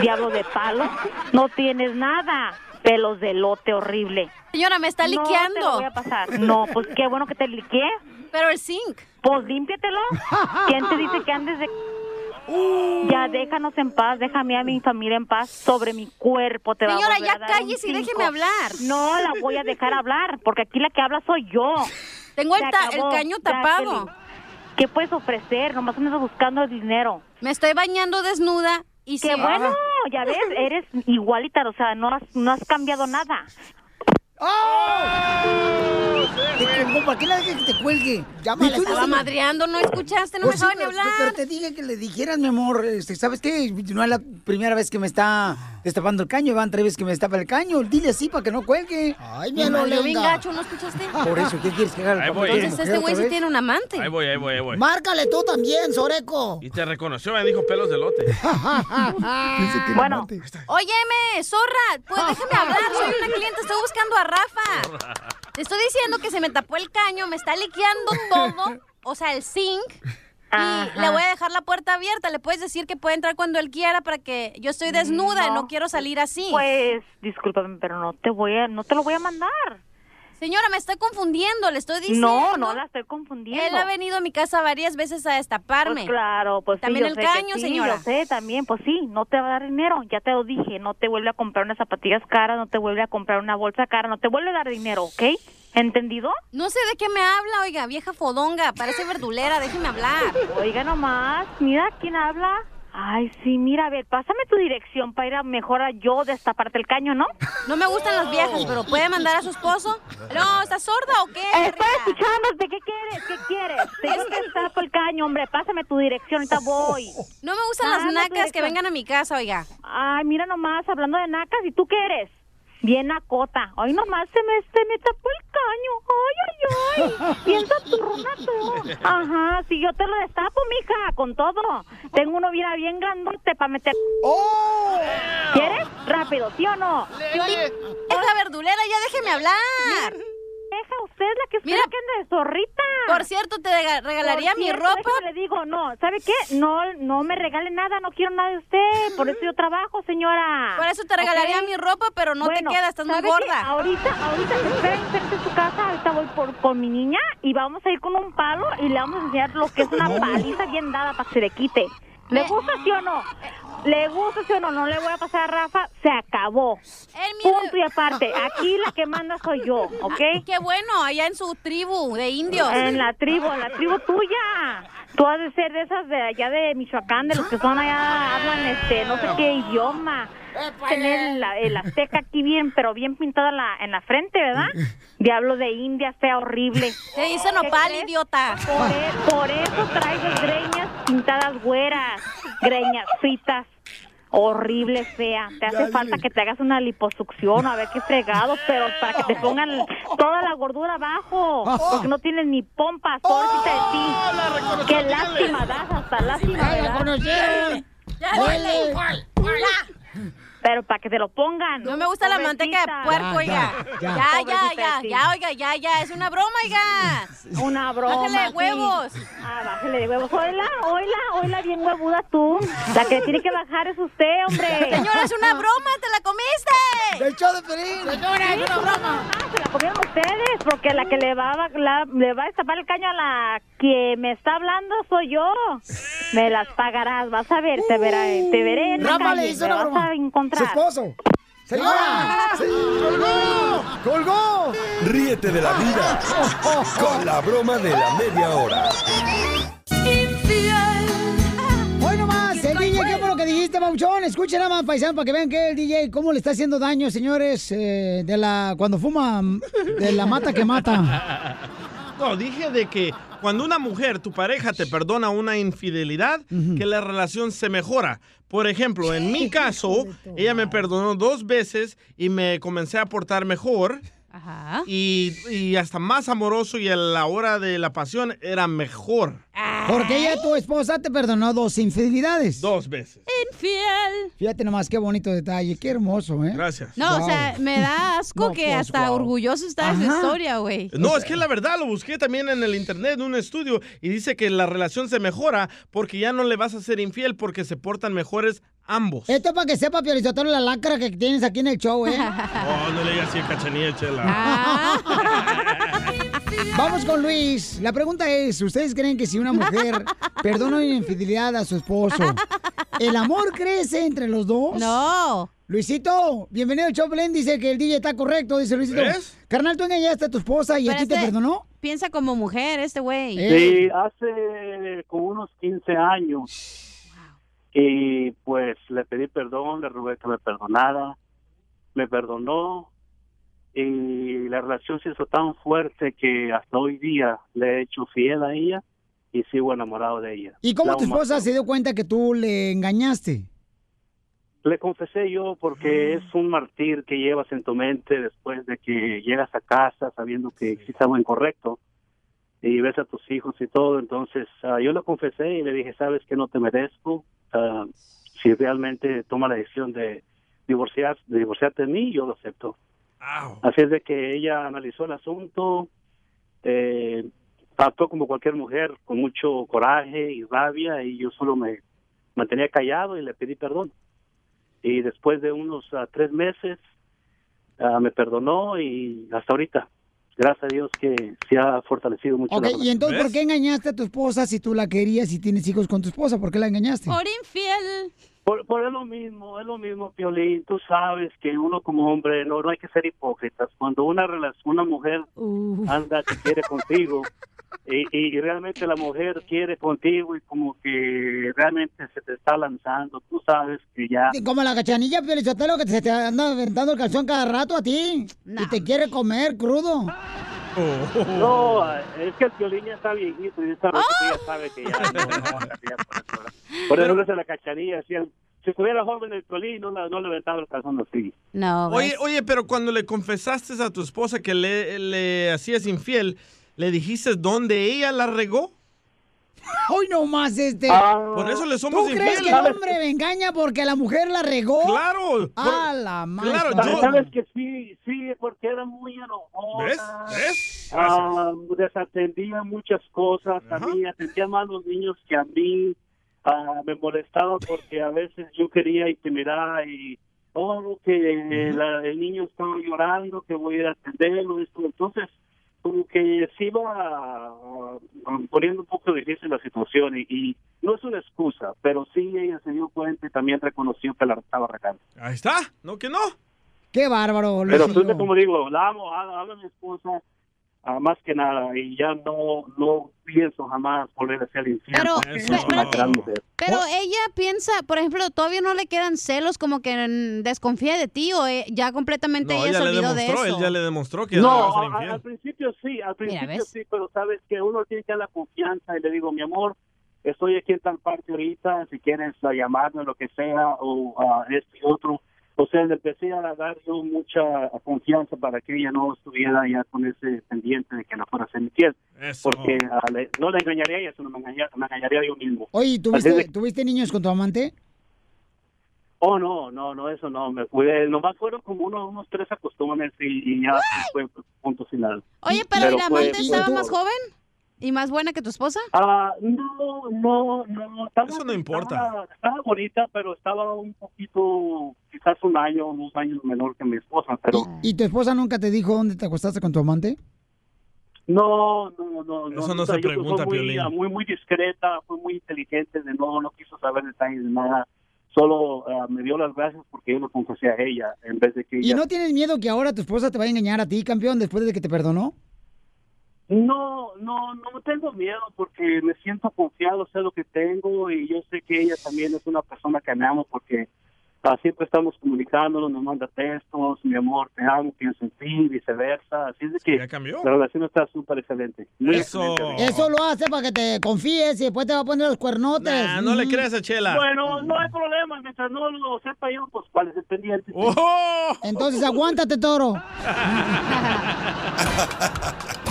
T: Diablo de palo, no tienes nada. Pelos de lote horrible.
S: Señora, me está
T: No te lo
S: liqueando.
T: voy a pasar. No, pues qué bueno que te liqué.
S: Pero el zinc.
T: Pues límpiatelo. ¿Quién te dice que andes de...
S: Uh.
T: Ya déjanos en paz, déjame a mi familia en paz. Sobre mi cuerpo te va a
S: Señora,
T: volver a
S: ya
T: dar un
S: cállese y
T: cinco.
S: déjeme hablar.
T: No la voy a dejar hablar, porque aquí la que habla soy yo.
S: Tengo
T: Se
S: el, ta- el
T: acabó,
S: caño
T: ya,
S: tapado.
T: Kelly. ¿Qué puedes ofrecer? Nomás andas buscando el dinero.
S: Me estoy bañando desnuda y
T: Qué
S: se-
T: bueno, ya ves, eres igualita, o sea, no has, no has cambiado nada.
B: ¡Oh! ¿Para qué la dejes que te cuelgue?
S: Me estaba madreando, ¿no escuchaste? No me dejaba ni
B: Pues pero,
S: hablar.
B: Pero te dije que le dijeras, mi amor, este, ¿sabes qué? No es la primera vez que me está destapando el caño, van tres veces que me destapa el caño. Dile así para que no cuelgue. Ay,
S: Me mandó bien gacho, ¿no escuchaste?
B: Por eso, ¿qué quieres que haga?
C: Ahí
B: el
C: voy.
B: papá de
C: Entonces,
B: mujer
S: Este güey
B: otra
S: sí
B: vez?
S: tiene un amante.
C: Ahí voy, ahí voy, ahí voy.
B: Márcale tú también, Soreco.
C: Y te reconoció, me dijo pelos de lote.
S: bueno. Óyeme, zorra, pues déjame hablar, soy una cliente, estoy buscando a Rafa. Te estoy diciendo que se me tapó el caño, me está liqueando todo, o sea, el zinc. Y le voy a dejar la puerta abierta, le puedes decir que puede entrar cuando él quiera para que yo estoy desnuda, no,
T: No.
S: quiero salir así.
T: Pues, discúlpame, pero no te voy a, no te lo voy a mandar.
S: Señora, me está confundiendo, le estoy diciendo.
T: No, no la estoy confundiendo.
S: Él ha venido a mi casa varias veces a destaparme.
T: Pues claro, pues sí,
S: También
T: yo
S: el
T: sé que
S: caño,
T: sí,
S: señora.
T: Yo sé, también, pues sí, no te va a dar dinero, ya te lo dije, no te vuelve a comprar unas zapatillas caras, no te vuelve a comprar una bolsa cara, no te vuelve a dar dinero, ¿ok? ¿Entendido?
S: No sé de qué me habla, oiga, vieja fodonga, parece verdulera, déjeme hablar.
T: Oiga nomás, mira quién habla. Ay, sí, mira, a ver, pásame tu dirección para ir a mejor a yo destaparte el caño, ¿no?
S: No me gustan las viejas, pero ¿puede mandar a su esposo? No, ¿estás sorda o qué?
T: Estoy escuchándote, ¿qué quieres? ¿Qué quieres? Te digo que destapo el caño, hombre, pásame tu dirección, ahorita voy.
S: No me gustan
T: Ah,
S: las
T: no,
S: nacas que
T: dirección.
S: vengan a mi casa, oiga.
T: Ay, mira nomás, hablando de nacas, ¿y tú qué eres? bien acota. Ay, nomás se me, se me tapó el caño. Ay, ay, ay. Bien saturrona tú. Ajá, si yo te lo destapo, mija, con todo. Tengo uno bien, bien grandote para meter.
B: ¡Oh!
T: ¿Quieres? Rápido, ¿sí o no?
S: Esa verdulera, ya déjeme hablar.
T: Deja usted la que Mira, que de zorrita.
S: Por cierto, te rega- regalaría
T: Por
S: mi
T: cierto,
S: ropa.
T: déjame Le digo, no, ¿sabe qué? No, no me regale nada, no quiero nada de usted. Por eso yo trabajo, señora.
S: Por eso te regalaría
T: ¿Ok?
S: mi ropa, pero no
T: Bueno,
S: te queda, estás muy
T: ¿sabe qué?
S: gorda.
T: Ahorita, ahorita, esperen, esperen en su casa, ahorita voy por, con mi niña y vamos a ir con un palo y le vamos a enseñar lo que es una paliza bien dada para que se le quite. ¿Le
S: Eh.
T: gusta sí o no? ¿Le gusta sí o no? No le voy a pasar a Rafa, se acabó. Punto y aparte, aquí la que manda soy yo, ¿ok?
S: Ah, Qué bueno, allá en su tribu de indios.
T: En la tribu, en la tribu tuya. Tú has de ser de esas de allá de Michoacán, de los que son allá, hablan este, no sé qué idioma. Tener la- el azteca aquí bien, pero bien pintada la, en la frente, ¿verdad? Diablo de India, sea horrible.
S: Te dice nopal, idiota.
T: Por, e- por eso traigo greñas pintadas güeras, greñacitas. Horrible, fea. Te hace
S: Dale.
T: falta que te hagas una liposucción, a ver qué fregados, pero para que te pongan toda la gordura abajo. Porque no tienes ni pompas, pobrecita de
S: Oh,
T: ti. Qué lástima das, hasta lástima.
B: Ya la
T: das.
B: conocieron.
S: Ya dile.
T: Pero para que te lo pongan.
S: No me gusta la manteca de puerco, oiga. Ya, ya, ya, ya, oiga, ya, ya. Es una broma, oiga.
T: Una broma.
S: Bájale de
T: sí.
S: huevos.
T: Ah, bájale de huevos. Oila, oila, oila, bien huevuda tú. La que tiene que bajar es usted, hombre.
S: Señora, es una broma, te la comiste.
B: ¡Del show de Pelín!
S: Señora, es una broma.
T: Ah, se la comieron ustedes, porque la que le va, a- la- le va a destapar el caño a la que me está hablando soy yo. Me las pagarás, vas a ver, te veré, te veré en la
B: Rafa
T: calle,
B: le hizo
T: me
B: una
T: vas
B: broma.
T: a encontrar.
B: Su esposo. Señora.
T: Ah.
B: se- ¡Colgó! ¡Colgó!
F: Ríete de la vida con la broma de la media hora.
B: Hoy nomás, el DJ, ¿qué fue lo que dijiste, Pauchón? Escuchen nada más, paisano, para que vean que el DJ, cómo le está haciendo daño, señores, eh, de la cuando fuma, de la mata que mata.
C: No, dije de que cuando una mujer, tu pareja, te perdona una infidelidad, que la relación se mejora. Por ejemplo, en mi caso, ella me perdonó dos veces y me comencé a portar mejor. Y, y hasta más amoroso y a la hora de la pasión era mejor.
B: Porque ella, tu esposa, te perdonó dos infidelidades.
C: Dos veces.
S: Infiel.
B: Fíjate nomás, qué bonito detalle, qué hermoso, ¿eh?
C: Gracias.
H: No, o sea, me da asco
B: No,
H: que
B: pues,
H: hasta
B: guau.
H: orgulloso está esa
C: Ajá.
H: historia, güey.
C: No, es que la verdad, lo busqué también en el internet, en un estudio, y dice que la relación se mejora porque ya no le vas a ser infiel porque se portan mejores ambos.
B: Esto es para que sepa, Piorizotelo, la lacra que tienes aquí en el show, ¿eh?
C: Oh, no le digas así a Cachanilla, Chela.
B: Vamos con Luis. La pregunta es, ¿ustedes creen que si una mujer perdona una infidelidad a su esposo, el amor crece entre los dos?
H: No.
B: Luisito, bienvenido al show, Belén. Dice que el DJ está correcto, dice Luisito.
H: ¿Ves?
B: Carnal, ¿tú engañaste a tu esposa y a
H: Pero
B: ti te
H: este
B: perdonó?
H: Piensa como mujer este güey.
O: Sí, hace como unos 15 años. Y pues le pedí perdón, le rogué que me perdonara. Me perdonó. Y la relación se hizo tan fuerte que hasta hoy día le he hecho fiel a ella y sigo enamorado de ella.
B: ¿Y cómo
O: La
B: tu
O: amo
B: esposa se dio cuenta que tú le engañaste?
O: Le confesé yo porque es un martir que llevas en tu mente después de que llegas a casa sabiendo que hiciste algo incorrecto y ves a tus hijos y todo. Entonces ah, yo lo confesé y le dije, sabes que no te merezco. Ah, si realmente toma la decisión de divorciar, de divorciarte de mí, yo lo acepto. Así es de que ella analizó el asunto, eh, actuó como cualquier mujer con mucho coraje y rabia y yo solo me mantenía callado y le pedí perdón y después de unos ah, tres meses ah, me perdonó y hasta ahorita, gracias a Dios que se ha fortalecido mucho. la
B: Ok, ¿y
O: relación.
B: entonces por qué engañaste a tu esposa si tú la querías y tienes hijos con tu esposa? ¿Por qué la engañaste?
H: Por infiel.
O: Por, por es lo mismo, es lo mismo, Piolín. Tú sabes que uno como hombre no, no hay que ser hipócritas. Cuando una relación, una mujer anda que quiere contigo y, y realmente la mujer quiere contigo y como que realmente se te está lanzando, tú sabes que ya...
B: Como la cachanilla, Piolichotelo, que se te anda aventando el calzón cada rato a ti. Y te quiere comer crudo.
O: No, es que el violín ya está viejito y esta noche ya sabe que ya no, no va a cambiar por eso. Por eso que se la cachanilla, si él, si estuviera joven el Piolín, no, la- no le aventaba el calzón así.
B: Ah,
H: No,
C: Oye, oye, pero cuando le confesaste a tu esposa que le, le hacías infiel, ¿le dijiste dónde ella la regó?
B: Hoy no más este.
C: Ah. Por eso le somos
B: ¿Tú crees
C: infieles.
B: que el hombre me engaña porque la mujer la regó?
C: Claro.
B: A la madre.
O: ¿Sabes, sabes que sí, sí, porque era muy enojona.
G: ¿Ves?
O: Ah, desatendía muchas cosas a mí, atendía más a los niños que a mí. Ah, me molestaba porque a veces yo quería intimidar y oh, no, que la- el niño estaba llorando, que voy a ir a atenderlo, esto. Entonces, como que se iba ah, poniendo un poco difícil la situación y, y no es una excusa, pero sí ella se dio cuenta y también reconoció que la estaba regando.
C: Ahí está, no que no.
B: Qué bárbaro,
O: Pero
B: Luisito.
O: tú, como digo, la amo, a- amo a mi esposa, ah, más que nada, y ya no, no pienso jamás volver a ser infiel.
H: Pero,
O: porque
H: Eso.
O: soy una gran mujer.
H: Pero
C: Oh.
H: ella piensa, por ejemplo, todavía no le quedan celos como que mm, desconfía de ti o eh, ya completamente
C: No,
H: ella
C: ella
H: se
C: le
H: olvidó de
C: demostró, él
H: eso.
C: ya le demostró que
O: No,
C: no,
O: a- a- al principio sí, al principio
H: ¿ves?
O: sí, pero sabes que uno tiene que dar la confianza y le digo, mi amor, estoy aquí en tal parte ahorita, si quieres ah, llamarme, lo que sea, o ah, este y otro. O sea, le empecé a dar yo mucha confianza para que ella no estuviera ya con ese pendiente de que no fuera a ser infiel. Porque ah, le- no la engañaría a ella, sino me engañaría, me engañaría yo mismo.
B: Oye,
O: Así
B: ¿tuviste,
O: de-
B: ¿tuviste niños con tu amante?
O: Oh, no, no, no, eso no, me cuidé. Nomás fueron como unos, unos tres acostumbres y, y ya fue punto final.
H: ¡Ah! Oye, pero, ¿y
O: Pero
H: la
O: fue-
H: amante
O: fue-
H: estaba
O: tú-
H: más joven y más buena que tu esposa?
O: Ah, no, no, no.
C: Eso no importa.
O: Estaba, estaba bonita, pero estaba un poquito, quizás un año, unos años menor que mi esposa, pero
B: ¿Y tu esposa nunca te dijo dónde te acostaste con tu amante?
O: no, no, no.
C: Eso no
O: o sea,
C: se
O: yo creo que
C: pregunta,
O: fue muy,
C: Piolín.
O: ah, muy, muy discreta, fue muy inteligente, de no, no quiso saber detalles de nada. Solo ah, me dio las gracias porque yo lo confesé a ella, en vez de que
B: ¿Y
O: ella...
B: no tienes miedo que ahora tu esposa te vaya a engañar a ti, campeón, después de que te perdonó?
O: No, no, no tengo miedo porque me siento confiado, sé lo que tengo y yo sé que ella también es una persona que me amo porque ah, siempre estamos comunicándonos, nos manda textos, mi amor, te amo, pienso en ti, viceversa. Así es de que la relación está súper excelente. Muy excelente.
B: Eso lo hace para que te confíes y después te va a poner los cuernotes.
C: Nah, Ah, no le
B: Mm.
C: creas a Chela.
O: Bueno, no hay problema, mientras no lo sepa yo, pues cuál es el pendiente.
C: ¡Oh!
B: Entonces aguántate, toro.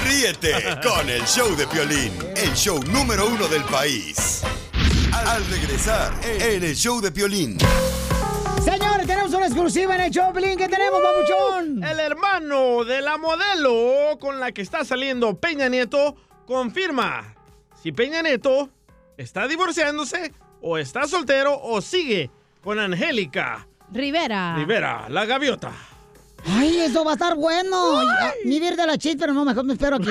F: Ríete con el show de Piolín, el show número uno del país. Al regresar en el show de Piolín.
B: Señores, tenemos una exclusiva en el Choplin que tenemos, papuchón.
C: Uh, El hermano de la modelo con la que está saliendo Peña Nieto confirma si Peña Nieto está divorciándose o está soltero o sigue con Angélica
H: Rivera.
C: Rivera, la gaviota.
B: Ay, eso va a estar bueno. Ah, Ni verde a la chis, pero no, mejor me espero aquí.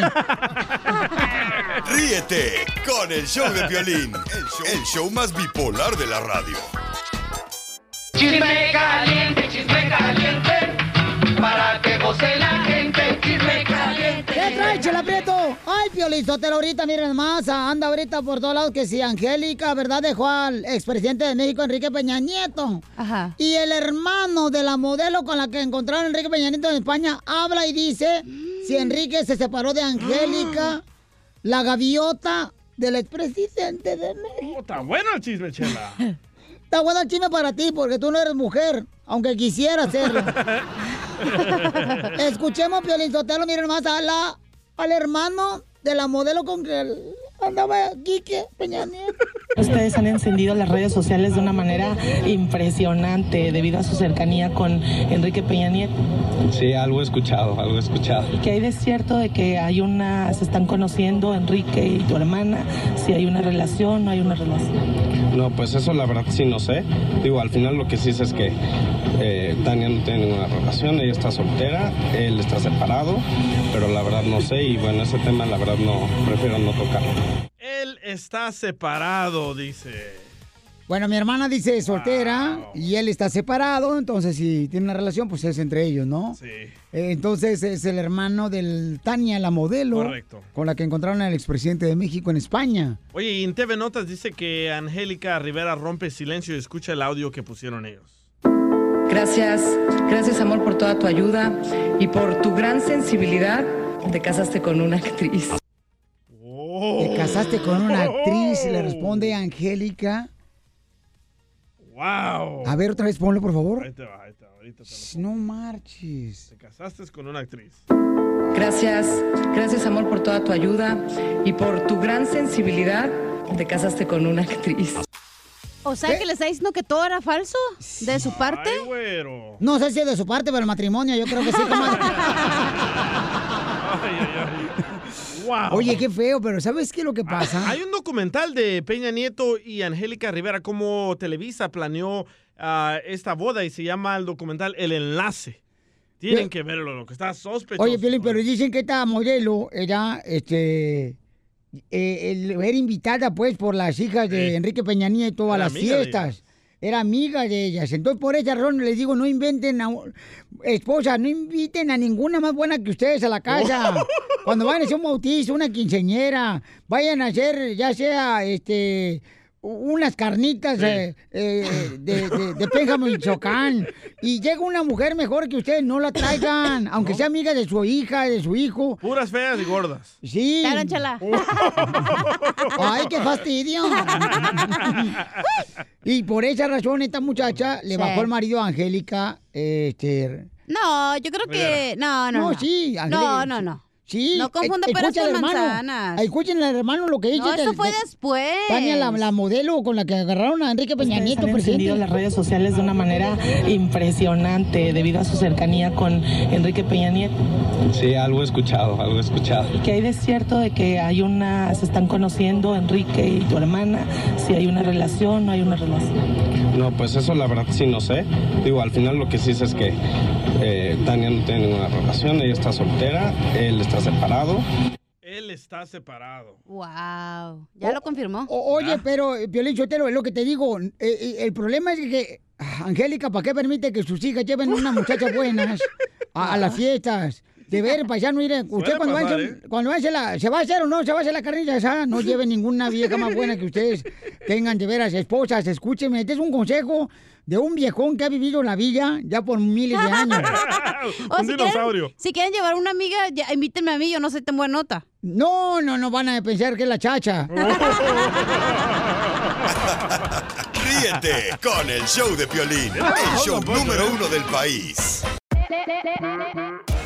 F: Ríete con el show de Piolín, el show, el show más bipolar de la radio.
G: Chisme caliente, chisme caliente, para que goce la gente, chisme caliente.
B: ¿Qué ¡Eh, trae, Chela Prieto? Ay, Piolizotelo, ahorita, miren más, anda ahorita por todos lados que si Angélica, ¿verdad? Dejó al expresidente de México, Enrique Peña Nieto.
H: Ajá.
B: Y el hermano de la modelo con la que encontraron a Enrique Peña Nieto en España habla y dice si Enrique se separó de Angélica, la gaviota del expresidente de México.
C: Está Oh, bueno el chisme, Chela.
B: Está bueno el chisme para ti porque tú no eres mujer, aunque quisieras serlo. Escuchemos, Piolizotelo, miren más a la, al hermano de la modelo con que él andaba Quique Peña Nieto.
P: Ustedes han encendido las redes sociales de una manera impresionante debido a su cercanía con Enrique Peña Nieto.
Q: Sí, algo he escuchado, algo he escuchado.
P: Que hay de cierto de que hay una, se están conociendo Enrique y tu hermana, si hay una relación, no hay una relación.
Q: No, pues eso la verdad sí no sé. Digo, al final lo que sí sé es que eh, Tania no tiene ninguna relación, ella está soltera, él está separado, pero la verdad no sé y bueno, ese tema la verdad no, prefiero no tocarlo.
C: Él está separado, dice.
B: Bueno, mi hermana dice soltera y él está separado, entonces si tiene una relación, pues es entre ellos, ¿no?
C: Sí.
B: Eh, entonces es el hermano del Tania, la modelo,
C: Correcto.
B: con la que encontraron al expresidente de México en España.
C: Oye, y en TV Notas dice que Angélica Rivera rompe silencio y escucha el audio que pusieron ellos.
I: Gracias, gracias amor por toda tu ayuda y por tu gran sensibilidad. Te casaste con una actriz.
C: Oh,
B: Te casaste con una actriz, le responde Angélica.
C: ¡Wow!
B: A ver, otra vez ponlo, por favor.
C: Ahí te va, ahí te va. Ahorita te lo-
B: No marches.
C: te casaste con una actriz.
I: Gracias, gracias amor por toda tu ayuda y por tu gran sensibilidad. Te casaste con una actriz.
H: O sea, que le está diciendo que todo era falso de su parte.
B: No sé si es de su parte, pero el matrimonio, yo creo que sí, comadre. Oye, qué feo, pero ¿sabes qué es lo que pasa?
C: Hay un documental de Peña Nieto y Angélica Rivera, cómo Televisa planeó ah, esta boda y se llama el documental El Enlace. Tienen
B: Yo-
C: que verlo, lo que está sospechoso.
B: Oye, Piolín, pero dicen que esta modelo era, este, eh, el- era invitada, pues, por las hijas de Enrique Peña Nieto a
G: Era
B: las
G: amiga de
B: fiestas. Pues, Era amiga de ellas. Entonces, por esa razón les digo, no inventen a un- esposa, no inviten a ninguna más buena que ustedes a la
C: Oh.
B: casa. Cuando vayan a hacer un bautizo, una quinceñera, vayan a hacer, ya sea, este, u- unas carnitas eh, eh, de, de, de Pénjamo y Chocán. Y llega una mujer mejor que ustedes, no la traigan, aunque sea amiga de su hija, de su hijo.
C: Puras feas y gordas.
B: Sí. Ay, qué fastidio. y por esa razón esta muchacha le
H: Sí.
B: bajó el marido a Angélica, este...
H: No, yo creo que. No, no. No,
B: No, sí,
H: No,
B: Angélica,
H: no,
B: sí.
H: no.
B: Sí.
H: No confunda
B: eh,
H: peras con
B: escucha al hermano.
H: manzanas.
B: Escuchen al hermano lo que dice.
H: No,
B: del-
H: eso fue
B: de-
H: después.
B: Tania, la, la modelo con la que pues, agarraron a Enrique Peña
P: Ustedes
B: Nieto,
P: han encendido
B: presidente.
P: las redes sociales de una manera impresionante debido a su cercanía con Enrique Peña Nieto.
Q: Sí, algo he escuchado, algo he escuchado.
P: Y que hay de cierto de que hay una, se están conociendo Enrique y tu hermana, si hay una relación, no hay una relación.
Q: No, pues eso la verdad sí no sé. Digo, al final lo que sí sé es que eh, Tania no tiene ninguna relación, ella está soltera, él está separado.
C: Él está separado.
H: Wow. Ya lo confirmó.
B: O- oye, pero, eh, Piolín Chotero, es lo que te digo. eh, eh, el problema es que, ah, Angélica, ¿para qué permite que sus hijas lleven unas muchachas buenas a, a las fiestas? De ver, paisano, mire, usted cuando,
G: pasar,
B: va a hacer- cuando va a hacer la, se va a hacer o no, se va a hacer la carnilla asada, no lleve ninguna vieja más buena que ustedes tengan de veras, esposas, escúcheme, este es un consejo de un viejón que ha vivido en la villa ya por miles de años.
H: O si quieren- si quieren llevar una amiga, ya, invítenme a mí, yo no soy tan buena nota.
B: No, no, no van a pensar que es la chacha.
F: Ríete con el show de Piolín, el show número uno del país.